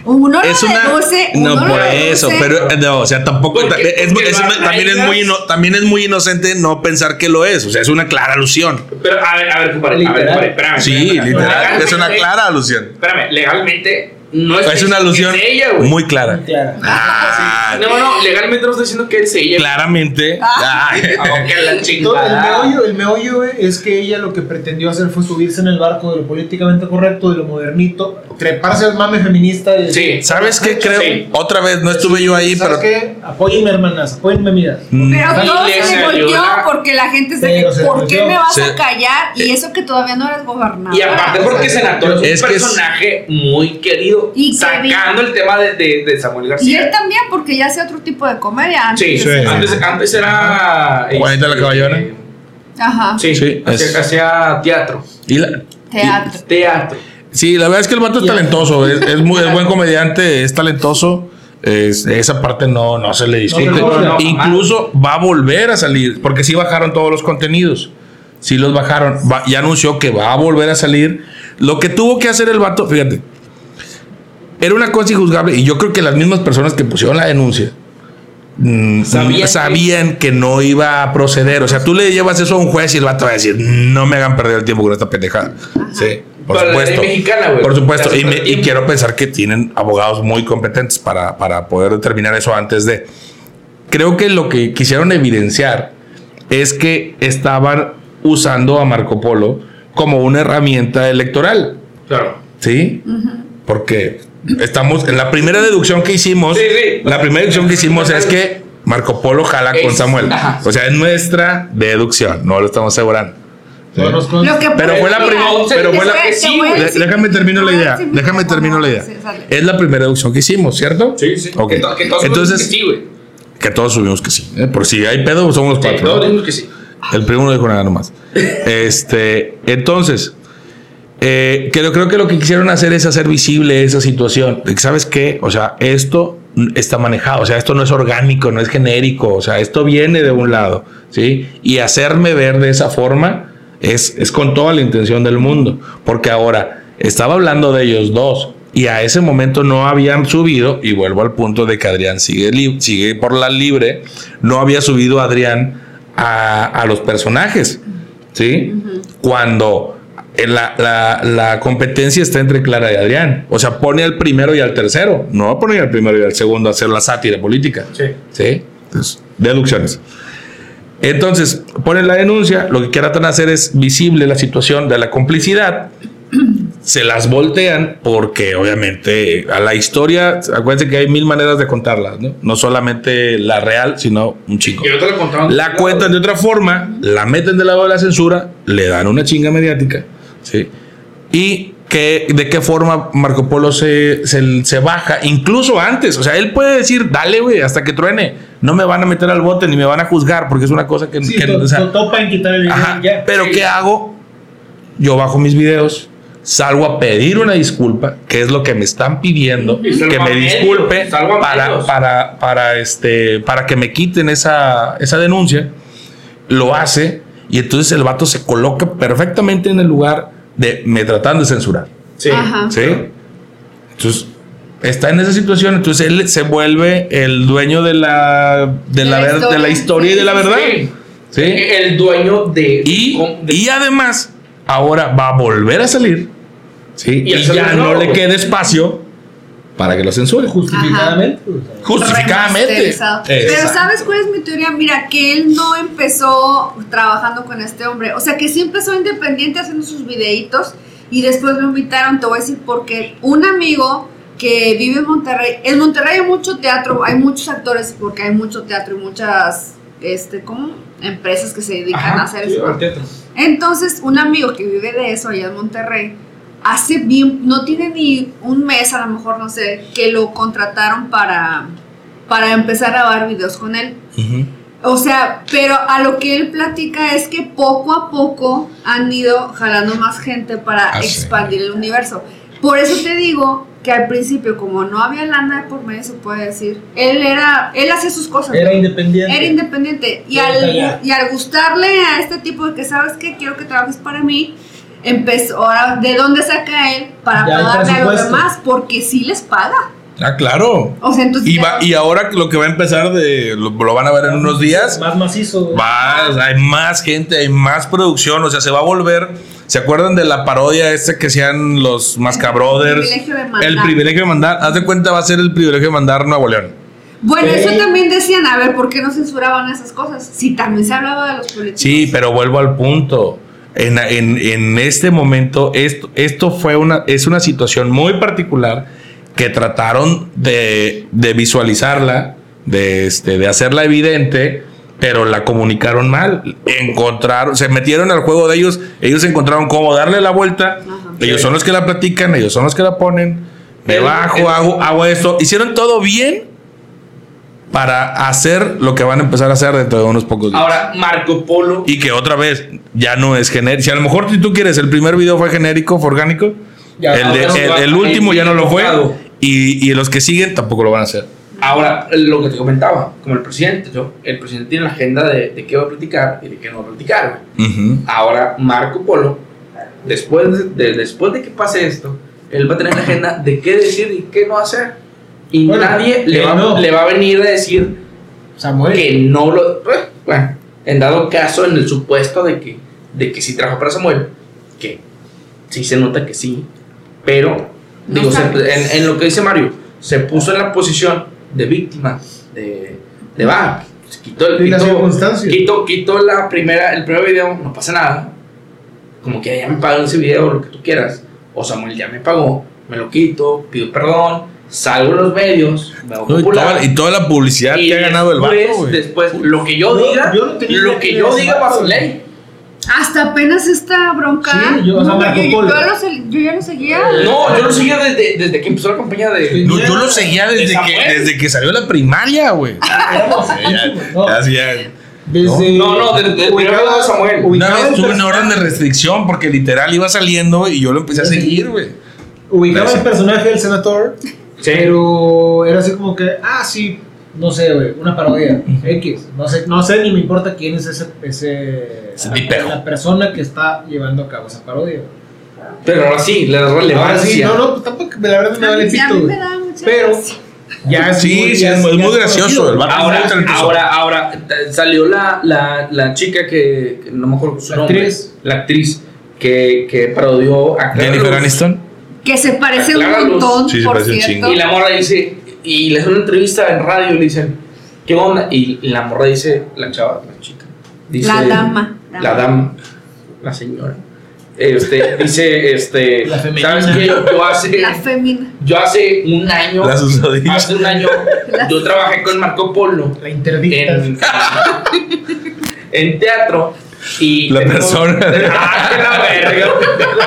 B: Uno
A: es
B: lo
A: una
B: deduce,
A: no
B: uno lo
A: por eso
B: deduce.
A: pero eh, no, o sea tampoco
C: Porque-
A: también, es,
C: porque
A: es-
C: lo
A: también es muy
C: arraigas.
A: ino- también es muy inocente no pensar que lo es o sea es una clara alusión
C: Pero a ver, a ver, compadre, a ver,
D: Literal.
C: compadre, espérame.
A: sí
C: espérame, espérame.
A: literal
C: Legalmente,
A: es
C: [LAUGHS]
A: una clara alusión
C: Espérame, legalmente no Pues es,
A: es una alusión
C: ella, güey.
A: muy clara
D: Clara.
A: Ah,
C: No, no, legalmente no está diciendo que es ella.
A: claramente
C: Ah.
A: Ah, Ay.
C: Aunque la
D: Todo- el,
C: chingada.
D: meollo, el meollo, güey, es que ella lo que pretendió hacer fue subirse en el barco de lo políticamente correcto, de lo modernito, treparse al mame feminista. Y
C: Sí.
A: ¿Sabes qué creo?
C: Sí.
A: Otra vez, no estuve yo ahí, pero...
D: ¿Sabes qué? Apóyenme, hermanas, apóyenme, miras.
A: Mm,
B: Pero
D: Dale,
B: todo se
C: se
B: le volteó
C: ayuda.
B: porque la gente se
D: Pero
B: dijo,
D: se
B: ¿por qué
D: volteó.
B: me vas
A: Se-
B: a callar? Y eso que todavía no eres gobernador.
C: Y Ah, aparte porque Senador es un
A: Es que es-
C: personaje muy querido.
B: Y que
C: sacando el tema de, de- de Samuel
B: Y él
C: García.
B: también, porque ya hace otro tipo de comedia antes.
C: Sí,
A: Sí.
C: Antes, antes era...
A: Juanita la
C: este,
A: Caballona.
B: Ajá.
C: Sí,
A: Sí,
C: hacía,
A: es-
C: hacía teatro.
A: y la-
B: Teatro.
C: Teatro.
A: Sí, la verdad es que el vato es
D: Ya.
A: talentoso, es, es muy es buen comediante, es talentoso. es- esa parte no, no se le discute.
D: No,
C: no,
D: no,
C: no,
A: Incluso va a volver a salir, porque sí bajaron todos los contenidos. Sí los bajaron. Va- ya anunció que va a volver a salir. Lo que tuvo que hacer el vato, fíjate, era una cosa injuzgable. Y yo creo que las mismas personas que pusieron la denuncia mm,
C: Sabían que-
A: sabían que no iba a proceder. O sea, tú le llevas eso a un juez y el vato va a decir: No me hagan perder el tiempo con esta pendejada. Sí, por
C: Pero la ley
A: supuesto.
C: mexicana, güey.
A: Por supuesto,
C: Te
A: y,
C: hace
A: me-
C: perder
A: y
C: tiempo.
A: quiero pensar que tienen abogados muy competentes para, para poder determinar eso antes de... Creo que lo que quisieron evidenciar es que estaban usando a Marco Polo como una herramienta electoral,
C: Claro.
A: ¿sí? Porque estamos en la primera deducción que hicimos,
C: Sí, sí.
A: la primera deducción que hicimos es que Marco Polo jala con
C: Es-
A: Samuel.
C: ajá.
A: O sea, es nuestra deducción, no lo estamos asegurando.
D: No nos consta.
B: Lo que
A: Pero fue la
B: mira,
A: primera-
B: te
A: pero
B: voy-
A: fue la-
B: te
C: sí,
B: voy a
C: güey,
A: Le-
B: decir-
A: déjame termino la
B: te voy a
A: idea.
B: decir-
A: Déjame termino la idea.
B: Sí, sale.
A: Es la primera deducción que hicimos, ¿cierto?
C: Sí, sí.
A: Ok.
C: Que to- que todos
A: Entonces,
C: dijimos que sí, güey.
A: que todos subimos que sí. ¿eh? Por si hay pedo, somos los
C: Sí,
A: cuatro.
C: todos
A: ¿no?
C: dijimos que sí.
A: El primo no dijo nada
C: [LAUGHS]
A: nomás. Este, entonces, eh, que yo creo que lo que quisieron hacer es hacer visible esa situación. De que, ¿Sabes qué? O sea, esto mm, está manejado, o sea, esto no es orgánico, no es genérico, o sea, esto viene de un lado, ¿sí? Y hacerme ver de esa forma es, es con toda la intención del mundo, porque ahora estaba hablando de ellos dos y a ese momento no habían subido, y vuelvo al punto de que Adrián sigue, lib- sigue por la libre, no había subido Adrián a, a los personajes, ¿sí? Cuando eh, la, la- la competencia está entre Clara y Adrián, o sea, pone al primero y al tercero, no va a poner al primero y al segundo a hacer la sátira política.
C: Sí.
A: ¿Sí? Entonces, deducciones. Entonces, ponen la denuncia, lo que tratan de hacer es visible la situación de la complicidad se las voltean porque obviamente a la historia, acuérdense que hay mil maneras de contarlas, ¿no? No solamente la real, sino un chingo.
E: Y otra la contaron.
A: La cuentan de otra forma, la meten del lado de la censura, le dan una chinga mediática, ¿sí? Y que, de qué forma Marco Polo se, se, se baja, incluso antes, o sea, él puede decir, dale, güey, hasta que truene, no me van a meter al bote ni me van a juzgar, porque es una cosa que...
D: Sí,
A: que-
D: to-
A: o sea,
D: to- topa en quitar el dinero
A: Ajá,
D: y ya.
A: pero
E: sí.
A: ¿qué hago? Yo bajo mis videos, salgo a pedir una disculpa, que es lo que me están pidiendo,
E: Y salgo
A: que
E: a
A: me
E: medios,
A: disculpe
E: salgo a
A: para,
E: medios.
A: para, para, este, para que me quiten esa, esa denuncia. Lo hace y entonces el vato se coloca perfectamente en el lugar de me tratan de censurar.
E: Sí.
B: Ajá.
A: ¿Sí? Entonces, está en esa situación, entonces él se vuelve el dueño de la, de
B: De
A: la,
B: la
A: ver- de la
B: historia.
A: historia y de la verdad.
E: Sí. Eh,
A: ¿Sí?
E: El dueño de.
A: Y,
E: con- de-
A: y además, ahora va a volver a salir. ¿sí?
E: Y
A: Y,
E: el
A: ya
E: celular
A: no
E: no,
A: le
E: güey.
A: queda espacio para que lo censure.
D: Justificadamente. o sea.
A: Justificadamente.
B: Ah, Remasterizado. Pero
A: Exacto.
B: ¿sabes cuál es mi teoría? Mira, que él no empezó trabajando con este hombre. O sea, que sí empezó independiente haciendo sus videitos y después lo invitaron, te voy a decir, porque un amigo que vive en Monterrey, en Monterrey hay mucho teatro, hay muchos actores porque hay mucho teatro y muchas, este, ¿cómo? Empresas que se dedican
E: Ajá,
B: a hacer
E: sí,
B: eso.
E: al teatro.
B: Entonces, un amigo que vive de eso allá en Monterrey, hace bien, no tiene ni un mes, a lo mejor, no sé, que lo contrataron para, para empezar a grabar videos con él.
A: Ujú.
B: O sea, pero a lo que él platica es que poco a poco han ido jalando más gente para
A: Ah, sí.
B: expandir el universo. Por eso te digo que al principio, como no había lana de por medio, se puede decir, él era, él hacía sus cosas.
D: Era
B: ¿no?
D: independiente.
B: Era independiente. Y
D: Era
B: al,
D: italiano.
B: y al gustarle a este tipo de que sabes que quiero que trabajes para mí, empezó ahora, ¿de dónde saca él para
D: Ya hay
B: pagarle a los
D: presupuesto.
B: demás? Porque sí les paga.
A: Ah, claro.
B: O sea, entonces.
A: Y, va, y ahora lo que va a empezar, de, lo, lo van a ver en unos días,
D: Más macizo. güey.
A: va, o sea, hay más gente, hay más producción, o sea, se va a volver. ¿Se acuerdan de la parodia esta que hacían los Mascabrothers?
B: privilegio de mandar.
A: El privilegio de mandar. Haz de cuenta, va a ser el privilegio de mandar Nuevo León.
B: Bueno,
D: Sí.
B: eso también decían, a ver, ¿por qué no censuraban esas cosas? Si también se hablaba de los políticos.
A: Sí, pero vuelvo al punto. En, en- en este momento, esto, esto fue una, es una situación muy particular que trataron de, de visualizarla, de, este, de hacerla evidente, pero la comunicaron mal. Encontraron, se metieron al juego de ellos, ellos encontraron cómo darle la vuelta.
B: Ajá.
A: Ellos son los que la platican, ellos son los que la ponen. Me
E: Pero-
A: bajo,
E: pero-
A: hago, hago esto. Hicieron todo bien para hacer lo que van a empezar a hacer dentro de unos pocos días.
E: Ahora, Marco Polo.
A: Y que otra vez ya no es genérico. Si a lo mejor si tú quieres, el primer video fue genérico, fue orgánico.
D: Ya,
A: el, de-
E: ahora
A: el-
E: va-
A: el último
E: el
A: ya no lo fue.
E: enfocado.
A: Y, y los que siguen tampoco lo van a hacer.
E: Ahora, lo que te comentaba, como el presidente, yo, el presidente tiene la agenda de, de qué va a platicar y de qué no va a platicar. güey.
A: Ujú.
E: Ahora, Marco Polo, después de, de- después de que pase esto, él va a tener la agenda de qué decir y qué no hacer. Y
D: Bueno,
E: nadie le
D: que
E: va,
D: no.
E: le va a venir a decir
D: Samuel.
E: que no lo. eh, Bueno, en dado caso, en el supuesto de que, de que sí trajo para Samuel, que sí se nota que sí, pero,
B: No
E: digo, se-
B: sabe.
E: en, en lo que dice Mario, se puso en la posición de víctima de, de va, pues, quitó el
D: Y las
E: quitó-
D: circunstancias.
E: quitó, quitó la primera, el primer video, no pasa nada, como que ya me pagaron ese video, lo que tú quieras, o Samuel ya me pagó, me lo quito, pido perdón, salgo en los medios, me hago
A: No, y,
E: popular.
A: toda, y toda la publicidad
E: Y
A: que ha ganado el vato.
E: después-
A: güey.
E: Después, lo que yo
D: No,
E: diga,
D: yo no tenía
E: lo
D: idea
E: que
D: que
E: yo
D: era
E: diga
D: ese
E: va a ser
D: vato.
E: ley.
B: Hasta apenas esta bronca. ¿eh?
D: Sí, yo- o sea, Marco Polo.
B: yo lo se- yo ya lo seguía.
D: Eh,
E: No, yo lo seguía desde, desde que empezó la campaña de.
A: No, yo lo seguía
E: De
A: desde que,
E: Samuel.
A: desde que salió la primaria,
E: [LAUGHS]
A: güey.
D: No,
A: Así ya.
D: desde-
E: No, no, desde- desde primero de Samuel.
A: Una
D: ubicaba
A: vez
D: el
A: tuve
D: pers-
A: una orden de restricción porque literal iba saliendo y yo lo empecé a seguir, güey.
D: ubicaba
A: Gracias.
D: el personaje del senador, pero era así como que, ah, sí, no sé, güey, una parodia, X, no sé, no sé ni me importa quién es ese, ese
A: Ese
D: la,
A: tipejo.
D: la persona que está llevando a cabo esa parodia. güey.
E: Pero ahora sí, le da
D: Ahora sí,
E: relevancia.
D: no, no, pues tampoco, la verdad me vale
B: Sí, a
D: pito,
B: mí
D: güey.
B: me daba mucha
D: Pero
B: gracia.
D: ya es
A: Sí,
D: muy,
A: sí,
D: ya
A: es muy
D: ya
A: gracioso, el
D: conocido.
A: vato.
E: Ahora,
A: Ahorita el piso.
E: ahora, ahora, t- salió la, la, la chica que, que no me acuerdo su
D: La
E: nombre.
D: actriz.
E: La actriz que, que parodió a Clara
A: Jennifer
E: Luz.
A: Aniston.
B: Que se parece
E: Clara
B: un
E: Luz.
B: montón.
A: Sí, se
B: por
A: parece un
B: cierto.
A: chingo.
E: Y la morra dice, y le hacen una entrevista en radio y le dicen, ¿qué onda? Y la morra dice, la chava, la chica. Dice,
B: La dama.
E: La dama, la señora. Este, dice, este,
D: La femenina.
E: ¿sabes qué? Yo hace,
B: La fémina.
E: yo hace un año,
A: Las usodichas.
E: hace
B: [LAUGHS]
E: un año,
B: La-
E: yo trabajé con Marco Polo
D: La interdicta.
E: en, en teatro y
A: La
E: tenemos-
A: persona.
E: Ah, que la verga.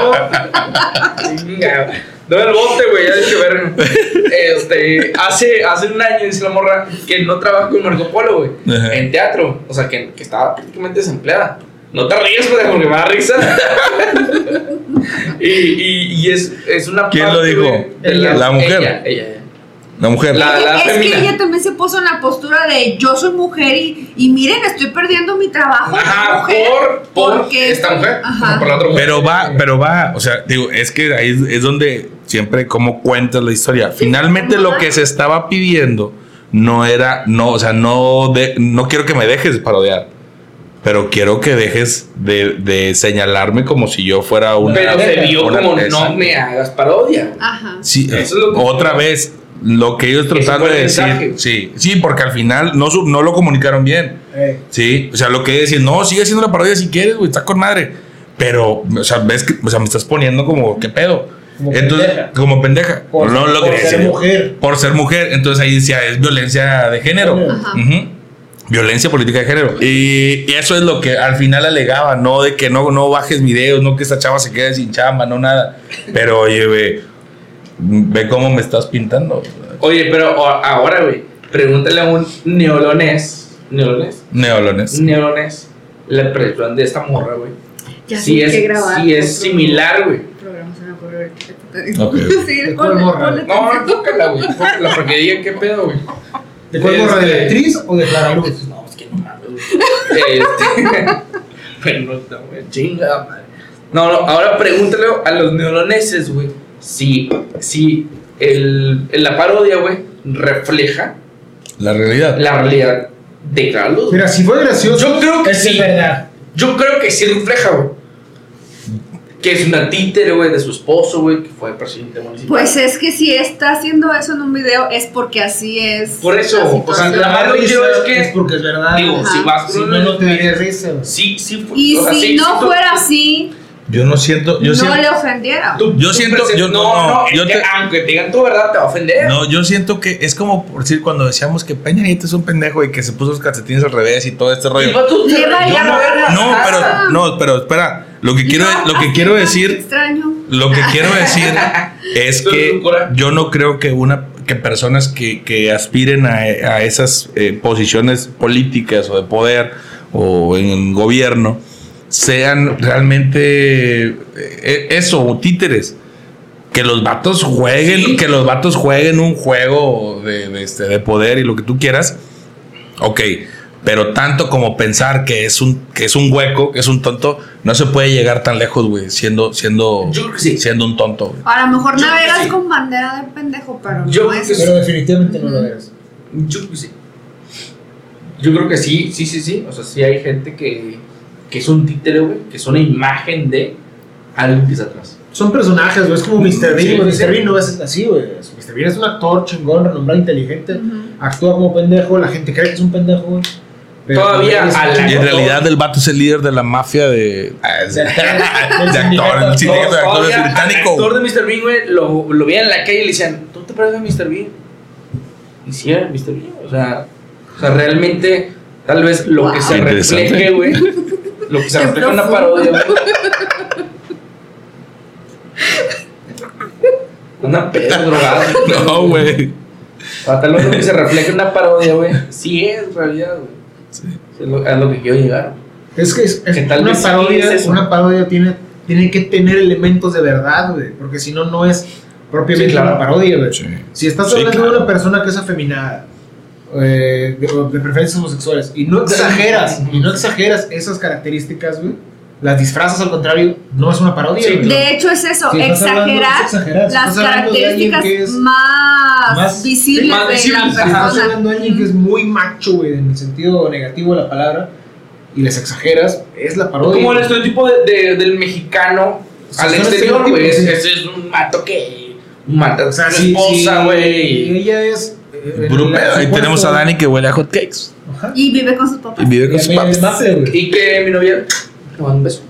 E: No. Chinga. No el bote, güey, ya dije verga. Este, hace, hace un año dice la morra que no trabaja con Marco Polo, güey,
A: Ajá.
E: en teatro, o sea, que, que estaba prácticamente desempleada. No te ríes, güey, porque me da risa. y y, y es, es una
A: ¿Quién lo
E: parte,
A: dijo?
E: güey, de
A: ¿La mujer?
E: Ella, ella, ella.
A: La mujer.
E: La-
B: es
E: fémina.
B: que ella también se puso en la postura de yo soy mujer y, y miren, estoy perdiendo mi trabajo.
E: Ajá,
B: de mujer
E: por, por
B: porque-
E: esta mujer,
B: Ajá.
E: por la otra mujer.
A: Pero va, pero va, o sea, digo, es que ahí es, es donde siempre como cuentas la historia. Finalmente lo que se estaba pidiendo no era, no, o sea, no, de, no quiero que me dejes de parodiar, pero quiero que dejes de, de señalarme como si yo fuera una...
E: Pero se
D: verga,
E: vio
A: una
E: como
A: presa.
E: no me hagas parodia.
B: Ajá.
A: Sí,
E: Eso es lo que-
A: otra vez, lo que ellos
E: Ese
A: trataron
E: fue el
A: de decir,
E: mensaje.
A: sí, sí, porque al final no, su- no lo comunicaron bien.
D: Eh,
A: Sí, o sea, lo que decir, no, sigue haciendo la parodia si quieres, güey, está con madre. Pero, o sea, ves que, o sea, me estás poniendo como, ¿qué pedo?
D: Como
A: Entonces,
D: pendeja.
A: como pendeja.
D: Por-
A: no lo
D: por
A: quería
D: ser
A: decir.
D: mujer.
A: Por ser mujer. Entonces ahí decía, es violencia de género.
B: Ajá.
A: Ujú. Violencia política de género. Y, y eso es lo que al final alegaba, no de que no, no bajes videos, no que esta chava se quede sin chamba, no nada. Pero, oye, ve, ve cómo me estás pintando.
E: Oye, pero o- ahora, güey, pregúntale a un neolonés. ¿Neolonés?
A: Neolones.
E: Neolonés. La presión de esta morra, güey.
B: Ya
E: Si
B: sé
E: es,
B: que grabar.
E: si es
B: otro
E: similar, güey.
B: Programa se me ocurrió ahorita.
A: Ok.
B: [LAUGHS] Sí,
D: ¿De
B: ponle-
D: cuál morra?
B: ponle
E: No, no,
B: atención.
E: tócala, güey. Tócala para que digan qué pedo, güey.
D: ¿De cuerpo
E: Este-
D: de actriz o de Clara Luz?
E: No, es que no mames, güey. Este. [LAUGHS] Pero no, está, güey. Chinga, madre. No, no, ahora pregúntale a los neoloneses, güey. Si, si el, la parodia, güey, refleja
A: La realidad.
E: la realidad de Carlos.
D: Mira, si fue gracioso.
E: Yo creo que
D: es de
E: sí.
D: verdad.
E: Yo creo que sí refleja, güey. Que es una títere, güey, de su esposo, güey, que fue presidente municipal.
B: Pues es que si está haciendo eso en un video es porque así es.
E: Por eso,
B: la
E: o sea,
B: situación.
E: la más lo que yo es que-
D: Es porque es verdad.
E: Digo,
B: Ajá.
E: si vas
D: si
E: con
D: no, no te daría risa. güey.
E: Sí, sí, fue-
B: y
E: o sea,
B: si
E: sí, sí,
B: no
E: tú-
B: fuera así,
A: Yo no siento, yo
B: no
A: siento.
B: le ofendiera.
E: tú-
A: Yo
E: tú
A: siento-
E: presen-
A: yo-
E: no,
A: no,
E: no,
A: yo
E: es
A: te-
E: que aunque te digan tu verdad, te va a ofender.
A: No, yo siento que es como por decir cuando decíamos que Peña Nieto es un pendejo y que se puso los calcetines al revés y todo este
E: Y
A: rollo.
E: va tú-
B: Le
E: yo
B: va a ir a
E: no-
B: robar la
A: No,
E: casa.
A: pero no, pero espera, lo que quiero
B: No,
A: lo que
B: así
A: quiero
B: tan
A: decir,
B: Extraño.
A: lo que quiero decir es
E: Esto es
A: que
E: locura.
A: yo no creo que una que personas que, que aspiren a, a esas eh, posiciones políticas o de poder o en gobierno sean realmente eh, eh, eso, títeres. Que los vatos jueguen,
E: Sí.
A: que los vatos jueguen un juego de, de este, de poder y lo que tú quieras. Ok, pero tanto como pensar que es un, que es un hueco, que es un tonto, no se puede llegar tan lejos, güey, siendo, siendo,
E: Yo creo que sí.
A: siendo un tonto. güey.
B: A lo mejor
E: Yo
B: navegas
E: sí.
B: con bandera de pendejo, pero
E: Yo
B: no
E: creo
B: es.
E: que sí.
D: Pero definitivamente no lo verás.
E: Yo creo que sí. Yo creo que sí, sí, sí, sí. O sea, sí hay gente que, que es un títere, güey, que es una imagen de algo que está atrás.
D: Son personajes, güey. Es como Mr.
E: Sí,
D: Bean. güey.
E: sí, sí.
D: Mr. Bean no es así, güey. Mr. Bean es un actor chingón, renombrado, inteligente.
B: Ujú.
D: Actúa como pendejo. La gente cree que es un pendejo, güey. Pero
E: Todavía
D: es-
E: a la-
A: [LAUGHS] Y en realidad el vato es el líder de la mafia Ah, de,
D: De actores,
A: de actor,
D: [LAUGHS]
A: el sindicato de actores
E: Oiga, al
A: británico.
E: actor de Mr. Bean, güey, lo, lo veían en la calle y le decían, ¿tú te pareces a Mr. Bean? Y sí, era Mr. Bean. O sea, o sea, realmente, tal vez lo que
B: Wow.
E: se
A: Interesante.
E: refleje, güey, lo que se
B: Qué
E: refleja en una
B: profundo.
E: parodia, güey. Una peda drogada.
A: [LAUGHS] No, güey.
E: O sea, tal vez lo que se refleja en una parodia, güey, sí es realidad, güey. Es lo- a lo que quiero llegar. güey.
D: Es que es, es
E: Que tal
D: una,
E: vez sí
D: parodia,
E: es eso.
D: una parodia tiene, tiene que tener elementos de verdad, güey. Porque si no, no es propiamente
E: Sí, claro.
D: una parodia, güey.
A: Sí.
D: Si estás
A: Sí,
D: hablando de
A: claro.
D: una persona que es afeminada, eh, de, o de preferencias homosexuales, y no exageras, y no exageras esas características, güey, las disfrazas al contrario, no es una parodia.
E: Sí,
D: güey.
B: De hecho es eso,
D: Sí, estás hablando-
B: exagerar
D: estás exagerando,
B: las
D: estás hablando de alguien
B: características
D: que es
B: más,
D: más-
B: visibles
E: más
B: de la
E: visibles,
D: Si Estás
B: persona.
D: hablando de alguien que es muy macho, güey, en el sentido negativo de la palabra, y les exageras, es la parodia.
E: Como el
D: güey.
E: estereotipo de- de- del mexicano
D: Sí,
E: al
D: son
E: exterior, güey. Es,
D: estereotipos,
E: es un mato que mata a
D: O
E: su
D: sea, sí,
E: esposa,
D: sí,
E: güey.
D: Ella es. eh,
A: Puro
D: la-
A: pedo. Ahí
D: supuesto-
A: tenemos a Dani que huele a hotcakes.
D: Ajá.
B: Y vive con sus papás.
A: Y vive
D: Y
A: con
D: a
A: sus
D: mí me
A: papás.
D: mate, güey.
E: Y que mi novia. Le mando un beso.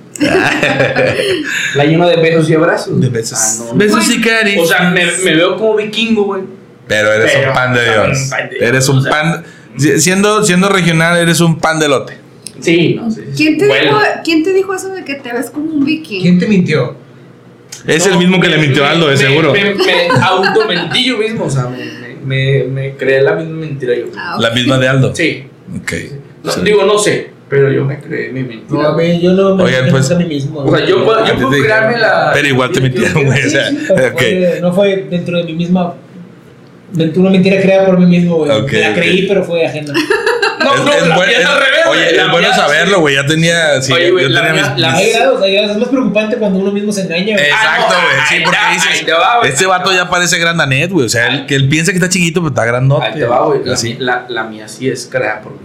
E: La lleno de besos y abrazos.
A: De besos.
E: Ah, no.
A: Besos y
B: Bueno,
A: caricias.
E: O sea, me, me veo como vikingo, güey.
A: Pero eres
E: Pero,
A: un pan de
E: o sea,
A: Dios.
E: un pan de Dios,
A: Eres un
E: o sea.
A: pan. si- Siendo, siendo regional, eres un pan de lote.
E: Sí, no sé.
B: ¿Quién te,
E: Bueno.
B: dijo, ¿Quién te dijo eso de que te ves como un viking?
D: ¿Quién te mintió?
A: Es
E: No,
A: el mismo que le
E: me-
A: mintió
E: me-
A: Aldo, de
E: me-
A: seguro.
E: Me, me automentí yo mismo, o sea, me, me, me, me creé la misma mentira yo.
B: Ah, ok.
A: La misma de Aldo.
E: Sí.
A: Ok.
E: No,
A: Sí.
E: Digo, no sé, pero yo me creé mi mentira.
D: No, a mí, yo no me
A: Oigan,
D: menté
A: pues-
D: a mí mismo.
E: O sea, yo
D: [LAUGHS]
E: puedo,
A: Antes
E: yo puedo
A: de-
E: crearme la.
A: Pero igual te mintieron, güey. O
D: Sí,
A: sea,
D: sí, pero
A: ok.
D: fue- no fue dentro de mi misma. Dentro de una mentira creada por mí mismo, güey.
A: Ok,
D: la
A: ok.
D: creí, pero fue ajena.
E: No,
A: Es-
E: no,
A: es
E: la
A: buen-
E: mía es
A: es-
E: al revés,
A: oye,
E: güey, la
A: es bueno
E: mía sí.
A: saberlo, güey. Ya tenía. sí,
E: Oye,
A: yo
E: güey, la
A: tenía
E: mía-
A: mis-
E: la
A: mis-
D: Hay grados, hay grados. Es más preocupante cuando uno mismo se engaña, güey.
E: Ah,
A: Exacto,
E: no,
A: güey. Sí,
E: ahí
A: porque
E: te va,
A: dices.
E: ahí te va, güey.
A: Este vato ya parece grandanet, güey. O sea, el, que él piensa que está chiquito, pero está grandote.
E: Ahí te va, güey. La,
A: Así.
E: la, la mía sí es creada por mí.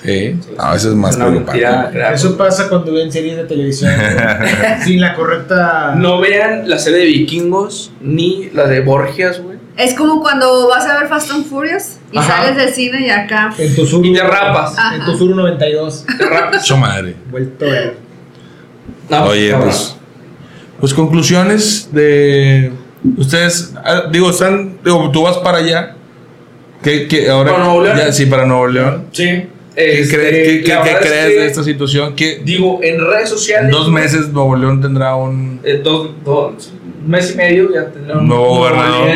A: Sí.
E: Sí,
A: No,
E: sí.
A: eso es más
E: una
A: preocupante.
E: mentira creada
D: Eso
E: por mí.
D: pasa cuando ven series de televisión
A: [LAUGHS]
E: [LAUGHS]
D: güey, sin la correcta.
E: No vean la serie de vikingos ni la de Borgias, güey.
B: Es como cuando vas a ver Fast and Furious y
E: Ajá.
B: sales del cine y acá.
D: En tu sur.
E: Y te rapas.
D: En tu sur 92.
E: Te rapas.
A: Mucho madre.
D: Vuelto a ver.
E: No,
A: Oye,
E: cabrón.
A: pues. Pues conclusiones de. Ustedes. ah, Digo, están. Digo, tú vas para allá. ¿Qué, qué, ahora,
E: ¿Para Nuevo León?
A: Ya, sí, para Nuevo León.
E: Sí.
A: ¿Qué
E: Este,
A: crees, qué- qué-
E: la
A: qué
E: verdad es
A: crees
E: que,
A: de esta situación? ¿Qué-
E: Digo, en redes sociales.
A: en dos
E: güey,
A: meses Nuevo León tendrá un.
E: eh, dos, dos, un mes y medio ya tendrán
A: Nuevo gobernador.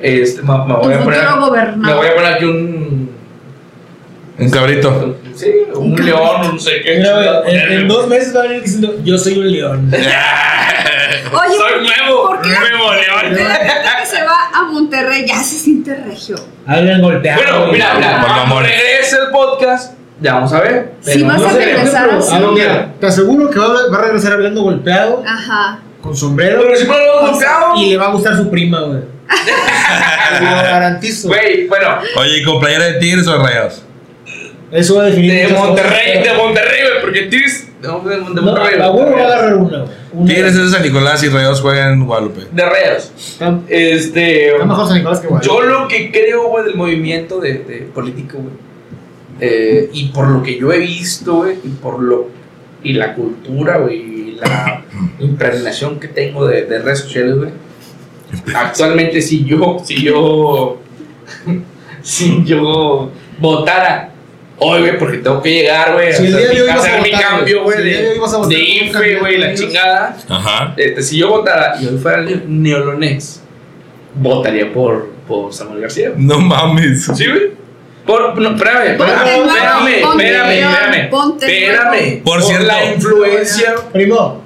E: Este, me, me
B: Tu
E: voy a poner,
B: futuro
E: me voy
B: gobernador.
E: a poner aquí un.
A: Un cabrito.
E: Sí, un león, un sé qué.
D: Mira,
E: chingada,
D: güey, en,
E: ponerle,
D: en dos meses va a venir diciendo: Yo soy un
E: [LAUGHS]
D: león.
B: Oye,
E: Soy nuevo,
B: ¿por qué?
E: nuevo león.
B: De la gente que se va a Monterrey ya se siente regio.
D: Hablan golpeado.
E: Bueno, mira, mira.
A: Por
E: cuando
A: mamones.
E: regrese el podcast, ya vamos a ver.
B: Sí, vas a
E: sé,
B: regresar. así.
D: Ah, no, mira, te aseguro que va a, va a regresar hablando golpeado,
B: Ajá.
D: con sombrero,
E: Pero si no lo hemos buscado.
D: y le va a gustar su
B: [LAUGHS]
D: prima, güey. Te lo garantizo.
E: Güey, bueno,
A: Oye, ¿y con playera de tigres o de rayados?
D: Eso va a definir.
E: de
D: muchas cosas.
E: Monterrey, de Monterrey, güey, porque Tigres. No, de de
D: No,
E: Monterrey.
D: a huevo va a agarrar una, güey. Una.
A: Tigres es de San Nicolás y rayados juegan en Guadalupe.
E: De Reyes.
D: Está,
E: Este.
D: está mejor San Nicolás que Guadalupe.
E: Yo lo que creo, güey, del movimiento de, de político, güey. eh, y por lo que yo he visto, güey, y por lo. Y la cultura, güey, y
D: [CLEARS THROAT]
E: la impregnación que tengo de, de redes sociales, güey. Actualmente, si yo. Si yo. [LAUGHS] si yo votara. Hoy, güey, porque tengo que llegar, güey. a
D: Si el día
E: hacer
D: de
E: mi-
D: hoy
E: a
D: vas a
E: hacer mi
D: votar,
E: cambio,
D: güey,
E: güey.
D: si el día de hoy vas a
E: De,
D: votar
E: de
D: por un
E: IFE,
D: candidato
E: güey, la
D: de ellos.
E: chingada.
A: Ajá.
E: Este, si yo votara y hoy fuera ne- neolonés, votaría por, por Samuel García.
A: No mames.
E: ¿Sí, güey? Por, no, espérame,
B: Ponte
E: espérame,
B: nuevo,
E: espérame,
B: ponte
E: espérame,
B: nuevo,
E: espérame,
B: ponte
E: espérame.
B: nuevo.
A: Por cierto.
E: la influencia.
D: Primo,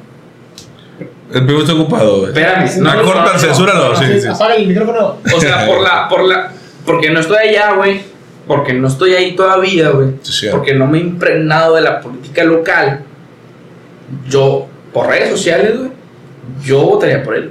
A: El primo está ocupado, güey.
E: Espérame,
A: No, corta, censúralo. sí, sí, sí.
D: apaga el micrófono.
E: O sea, por la, por la, porque no estoy allá, güey. Porque no estoy ahí todavía, güey.
A: Sí, sí.
E: Porque no me he impregnado de la política local. Yo, por redes sociales, güey, yo votaría por él.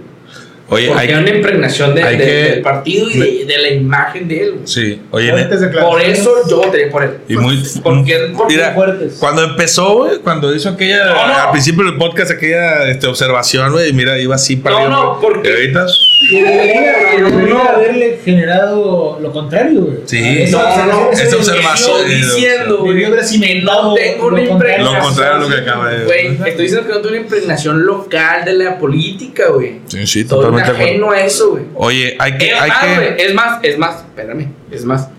A: Oye,
E: Porque
A: Eh, hay
E: hay una impregnación de-
A: hay
E: de-
A: que-
E: del partido y de, de la imagen de él. güey.
A: Sí, oye,
D: Fuertes
E: Por
D: declaraciones.
E: eso yo votaría pues, por él.
A: y muy.
E: Porque, porque
A: Mira,
D: Fuertes.
A: Cuando empezó, güey, cuando hizo aquella.
E: No, no.
A: Al principio del podcast, aquella este, observación, güey, y mira, iba así para.
E: No,
A: arriba,
E: no,
A: güey.
E: porque-
A: Y ahorita.
D: Debería, debería
E: No.
D: haberle generado lo contrario, güey.
A: Sí.
D: Esa
E: No, no, no,
D: observación-
A: esta
D: esa
A: observación. eh,
E: estoy diciendo, güey,
D: Debió haber
E: que no
D: cimentado
E: tengo
D: lo
E: una
D: contrario.
E: impregnación.
A: Lo contrario a lo que acaba de-
E: Güey, estoy diciendo que no tengo una impregnación local de la política, güey.
A: Sí, sí,
E: Soy un
A: totalmente de acuerdo.
E: ajeno a eso, güey.
A: Oye, hay que.
E: Es
A: Hay
E: más, güey,
A: que
E: es más, es más, espérame, es más.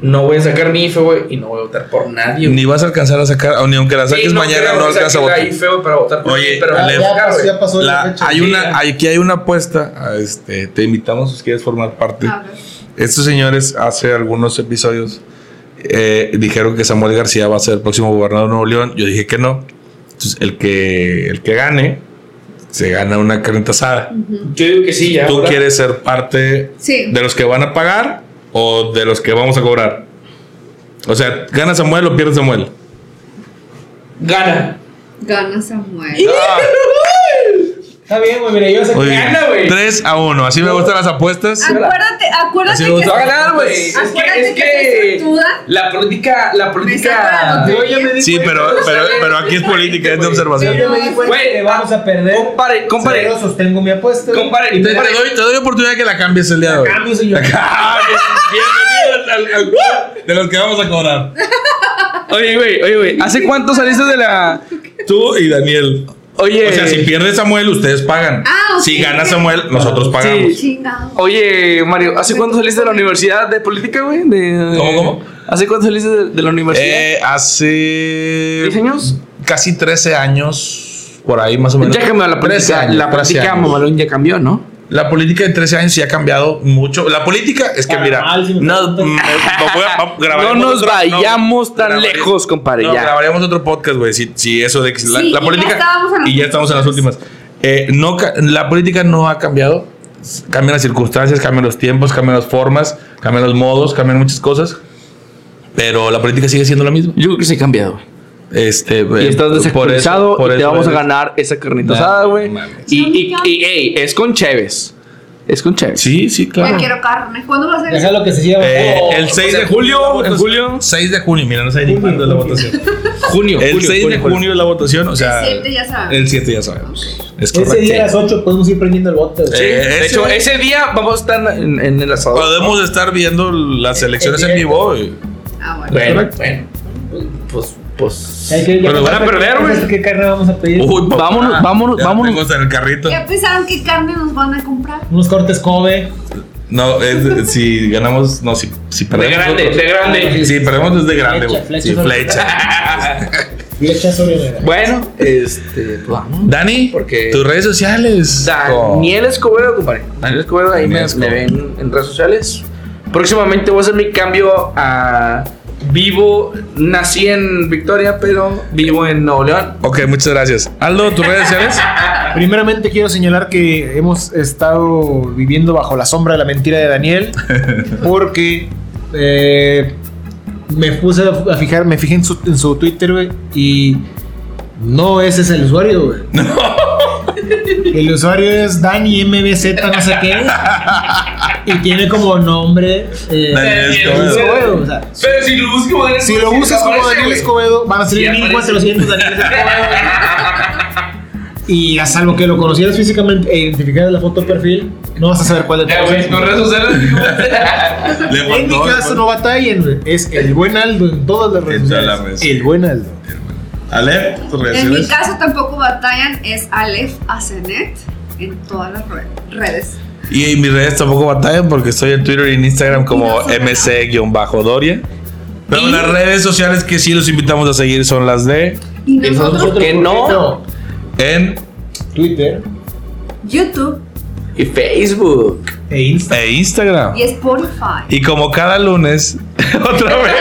E: No voy a sacar mi IFE, güey, y no voy a votar por nadie. güey.
A: ni vas a alcanzar a sacar, o ni aunque la
E: Sí,
A: saques
E: no
A: mañana,
E: creo
A: no
E: que
A: alcanzas a
E: saque la
A: votar.
E: IFE, güey, para votar por
A: Oye,
E: mí, pero
A: Ah,
E: no
D: Ya,
A: le-
E: voy a
D: ya
E: sacar,
D: pasó,
E: güey.
D: ya pasó la
A: La-
D: fecha.
A: hay
E: Sí,
A: una,
E: ya.
A: aquí hay una apuesta. a Este, te invitamos si quieres formar parte.
B: A ver.
A: Estos señores hace algunos episodios eh, dijeron que Samuel García va a ser el próximo gobernador de Nuevo León. Yo dije que no. Entonces, el que, el que gane, se gana una carnita asada.
B: Ujú.
E: Yo digo que sí, ya.
A: ¿Tú
E: ahora.
A: quieres ser parte
B: Sí.
A: de los que van a pagar o de los que vamos a cobrar? O sea, ¿gana Samuel o pierde Samuel?
E: Gana.
B: Gana Samuel.
D: Está bien, güey. Mira, yo sé
A: Muy
D: que.
A: bien.
E: Gana, güey.
A: 3 a 1. Así me gustan las apuestas.
B: Ah, Acuérdate, acuérdate
A: Así
B: que
A: vos-
E: Va a ganar, güey. Es
B: Acuérdate
E: que, es
B: que soy
E: que
B: suertuda.
E: la política, la política.
B: saca de
D: Yo ya me di
A: Sí,
D: cuenta,
A: pero, pero, pero aquí es política, es de observación.
D: Yo ya me di cuenta
E: Güey,
D: que vamos a perder.
E: Compare, compare,
D: Pero sostengo mi apuesta. güey.
E: compare.
A: Te, te doy, te doy oportunidad que la cambies el día de hoy.
D: Cambio, señor.
A: Ah, [LAUGHS] Bienvenidos al, al club de los que vamos a cobrar.
E: Oye, güey, oye, güey. ¿Hace cuánto saliste de la
A: tú y Daniel.
E: Oye,
A: O sea, si pierde Samuel, ustedes pagan.
B: Ah, ok,
A: Si gana
B: ok.
A: Samuel, nosotros pagamos.
B: Chingado.
E: oye, Mario, ¿hace cuánto saliste de la universidad de política, güey? De-
A: ¿Cómo, cómo?
E: ¿Hace cuánto saliste de, de la universidad?
A: Eh, hace.
E: ¿Diez años?
A: Casi 13 años, por ahí más o menos.
E: ya cambió
A: 13
E: la política,
A: años,
E: la
A: 13
E: práctica
A: años.
E: mamalón ya cambió, ¿no?
A: La política de 13 años sí ha cambiado mucho. La política es que,
D: Para
A: mira,
D: mal, si me
A: no,
D: preguntan.
A: mm, [LAUGHS] no voy a- va-
E: No
A: grabaremos
E: nos
A: otro-
E: vayamos tan
A: grabaremos-
E: lejos, compadre,
A: No,
E: ya.
A: grabaremos otro podcast, güey. Si, si eso de que la, la
B: Sí, y ya
A: política.
B: estábamos en las
A: y ya estamos en las últimas. Eh, no, ca- la política no ha cambiado. Cambian las circunstancias, cambian los tiempos, cambian las formas, cambian los modos, cambian muchas cosas. Pero la política sigue siendo la misma.
E: Yo creo que sí ha cambiado. güey.
A: Este,
E: Y
A: eh,
E: estás
A: por eso-
E: desactualizado
A: por
E: y te
A: eso
E: vamos a
A: eres-
E: ganar esa carnita
A: Nah,
E: asada, güey.
A: mames.
E: Y, y, y, ey, es con Chévez. Es con Chévez.
A: Sí, sí,
B: Ya
A: claro.
B: quiero carne. ¿Cuándo va a ser eso?
D: Déjalo que se lleva.
A: Eh,
E: Oh,
A: el
E: o
A: 6
E: sea,
A: de julio,
E: en
A: en
E: julio.
A: julio. 6 de junio, mira, no sé ni cuándo es la votación.
E: Junio.
A: El
E: julio,
A: 6 de
E: julio.
A: junio es la votación, o sea.
B: El siete ya sabemos.
A: El 7 ya sabemos. Es
D: Ese día a
A: correcto.
D: las 8 podemos ir prendiendo el bote. güey.
E: Sí,
A: Eh,
E: de
A: ese-
E: hecho, ese día vamos a estar en, en el asador.
A: Podemos estar viendo las elecciones
D: en
A: en vivo. y-
B: Ah, bueno.
E: Bueno,
D: correcto.
E: bueno. Pues, pues.
D: Hay que- ya
A: Pero
D: vamos
E: van a perder,
D: ¿qué-
E: güey.
D: ¿Qué carne vamos a pedir?
A: Uy, papá,
E: Vámonos, vámonos,
A: ya
E: vámonos.
A: tengo hasta en el carrito.
B: ¿Ya pensaron qué carne nos van a comprar?
D: Unos cortes Kobe.
A: No, es- si ganamos, no, si, si
E: De
A: perdemos.
E: grande,
A: nosotros-
E: de grande.
A: Sí, perdemos desde grande, güey.
D: Flecha, flecha
A: Sí,
D: sobre-
A: flecha.
D: Flecha sobre la-
E: Bueno, este, pues vamos.
A: Dani,
E: Porque-
A: tus redes sociales.
E: Daniel Escobedo, compadre. Daniel Escobedo, ahí
A: Daniel
E: me,
A: Escobedo.
E: me ven en redes sociales. Próximamente voy a hacer mi cambio a vivo. Nací en Victoria, pero vivo en Nuevo León.
A: Ok, muchas gracias. Aldo, tus redes
E: [LAUGHS]
A: sociales.
D: Primeramente quiero señalar que hemos estado viviendo bajo la sombra de la mentira
A: [LAUGHS]
D: de Daniel porque eh, me puse a fijar, me fijé en su, en su Twitter, güey, y no ese es el
A: [LAUGHS]
D: usuario, güey. El usuario es Dani MBZ, no sé qué, y tiene como nombre eh,
A: Daniel Escobedo.
D: Escobedo, o sea,
C: Pero si lo busco, Daniel
D: si lo
C: Escobedo, sí
D: buscas como
C: aparece,
D: Daniel
C: güey.
D: Escobedo, van a salir
C: Sí,
D: 1400
C: [LAUGHS]
D: Daniel Escobedo. Y a salvo que lo conocieras físicamente e identificaras la foto de perfil, no vas a saber cuál de
C: Ya, güey, con
D: todos.
C: redes sociales.
A: Le
D: En mi
A: faltó-
D: caso no batallen, güey. es el buen Aldo en todas las redes
A: En todas
D: sociales.
A: las redes.
D: El buen Aldo.
A: Ale, tus redes
B: En mi
A: sociales.
B: caso tampoco batallan, es Aleph Acenet en todas las re- redes.
A: Y en mis redes tampoco batallan porque estoy en Twitter y en Instagram como mc-doria. Pero las redes sociales que sí los invitamos a seguir son las de
B: Y
E: Eso
B: nosotros,
E: ¿por qué no?
A: en
D: Twitter
B: YouTube
E: Y Facebook.
D: e Instagram.
A: e Instagram.
B: y Spotify.
A: Y como cada lunes, [LAUGHS] otra vez.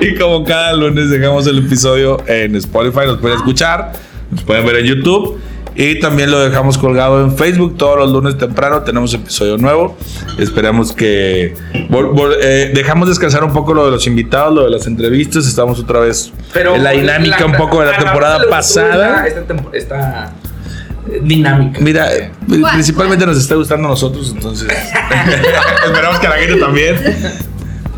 A: y como cada lunes dejamos el episodio en Spotify, nos pueden escuchar, nos pueden ver en YouTube. Y también lo dejamos colgado en Facebook. Todos los lunes temprano tenemos episodio nuevo. Esperamos que... vol- vol- eh, dejamos descansar un poco lo de los invitados, lo de las entrevistas. Estamos otra vez en la dinámica un poco de la [LAUGHS]
C: agarramos
A: temporada
C: lo que
A: pasada.
C: tuvo Esta, esta tempo- esta, eh, dinámica.
A: Mira, eh, principalmente nos está gustando a nosotros, entonces... [LAUGHS] Esperamos que a la gente también.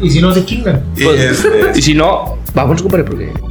D: Y si no se chingan.
A: Y este,
E: Y si no, vamos, compadre, porque.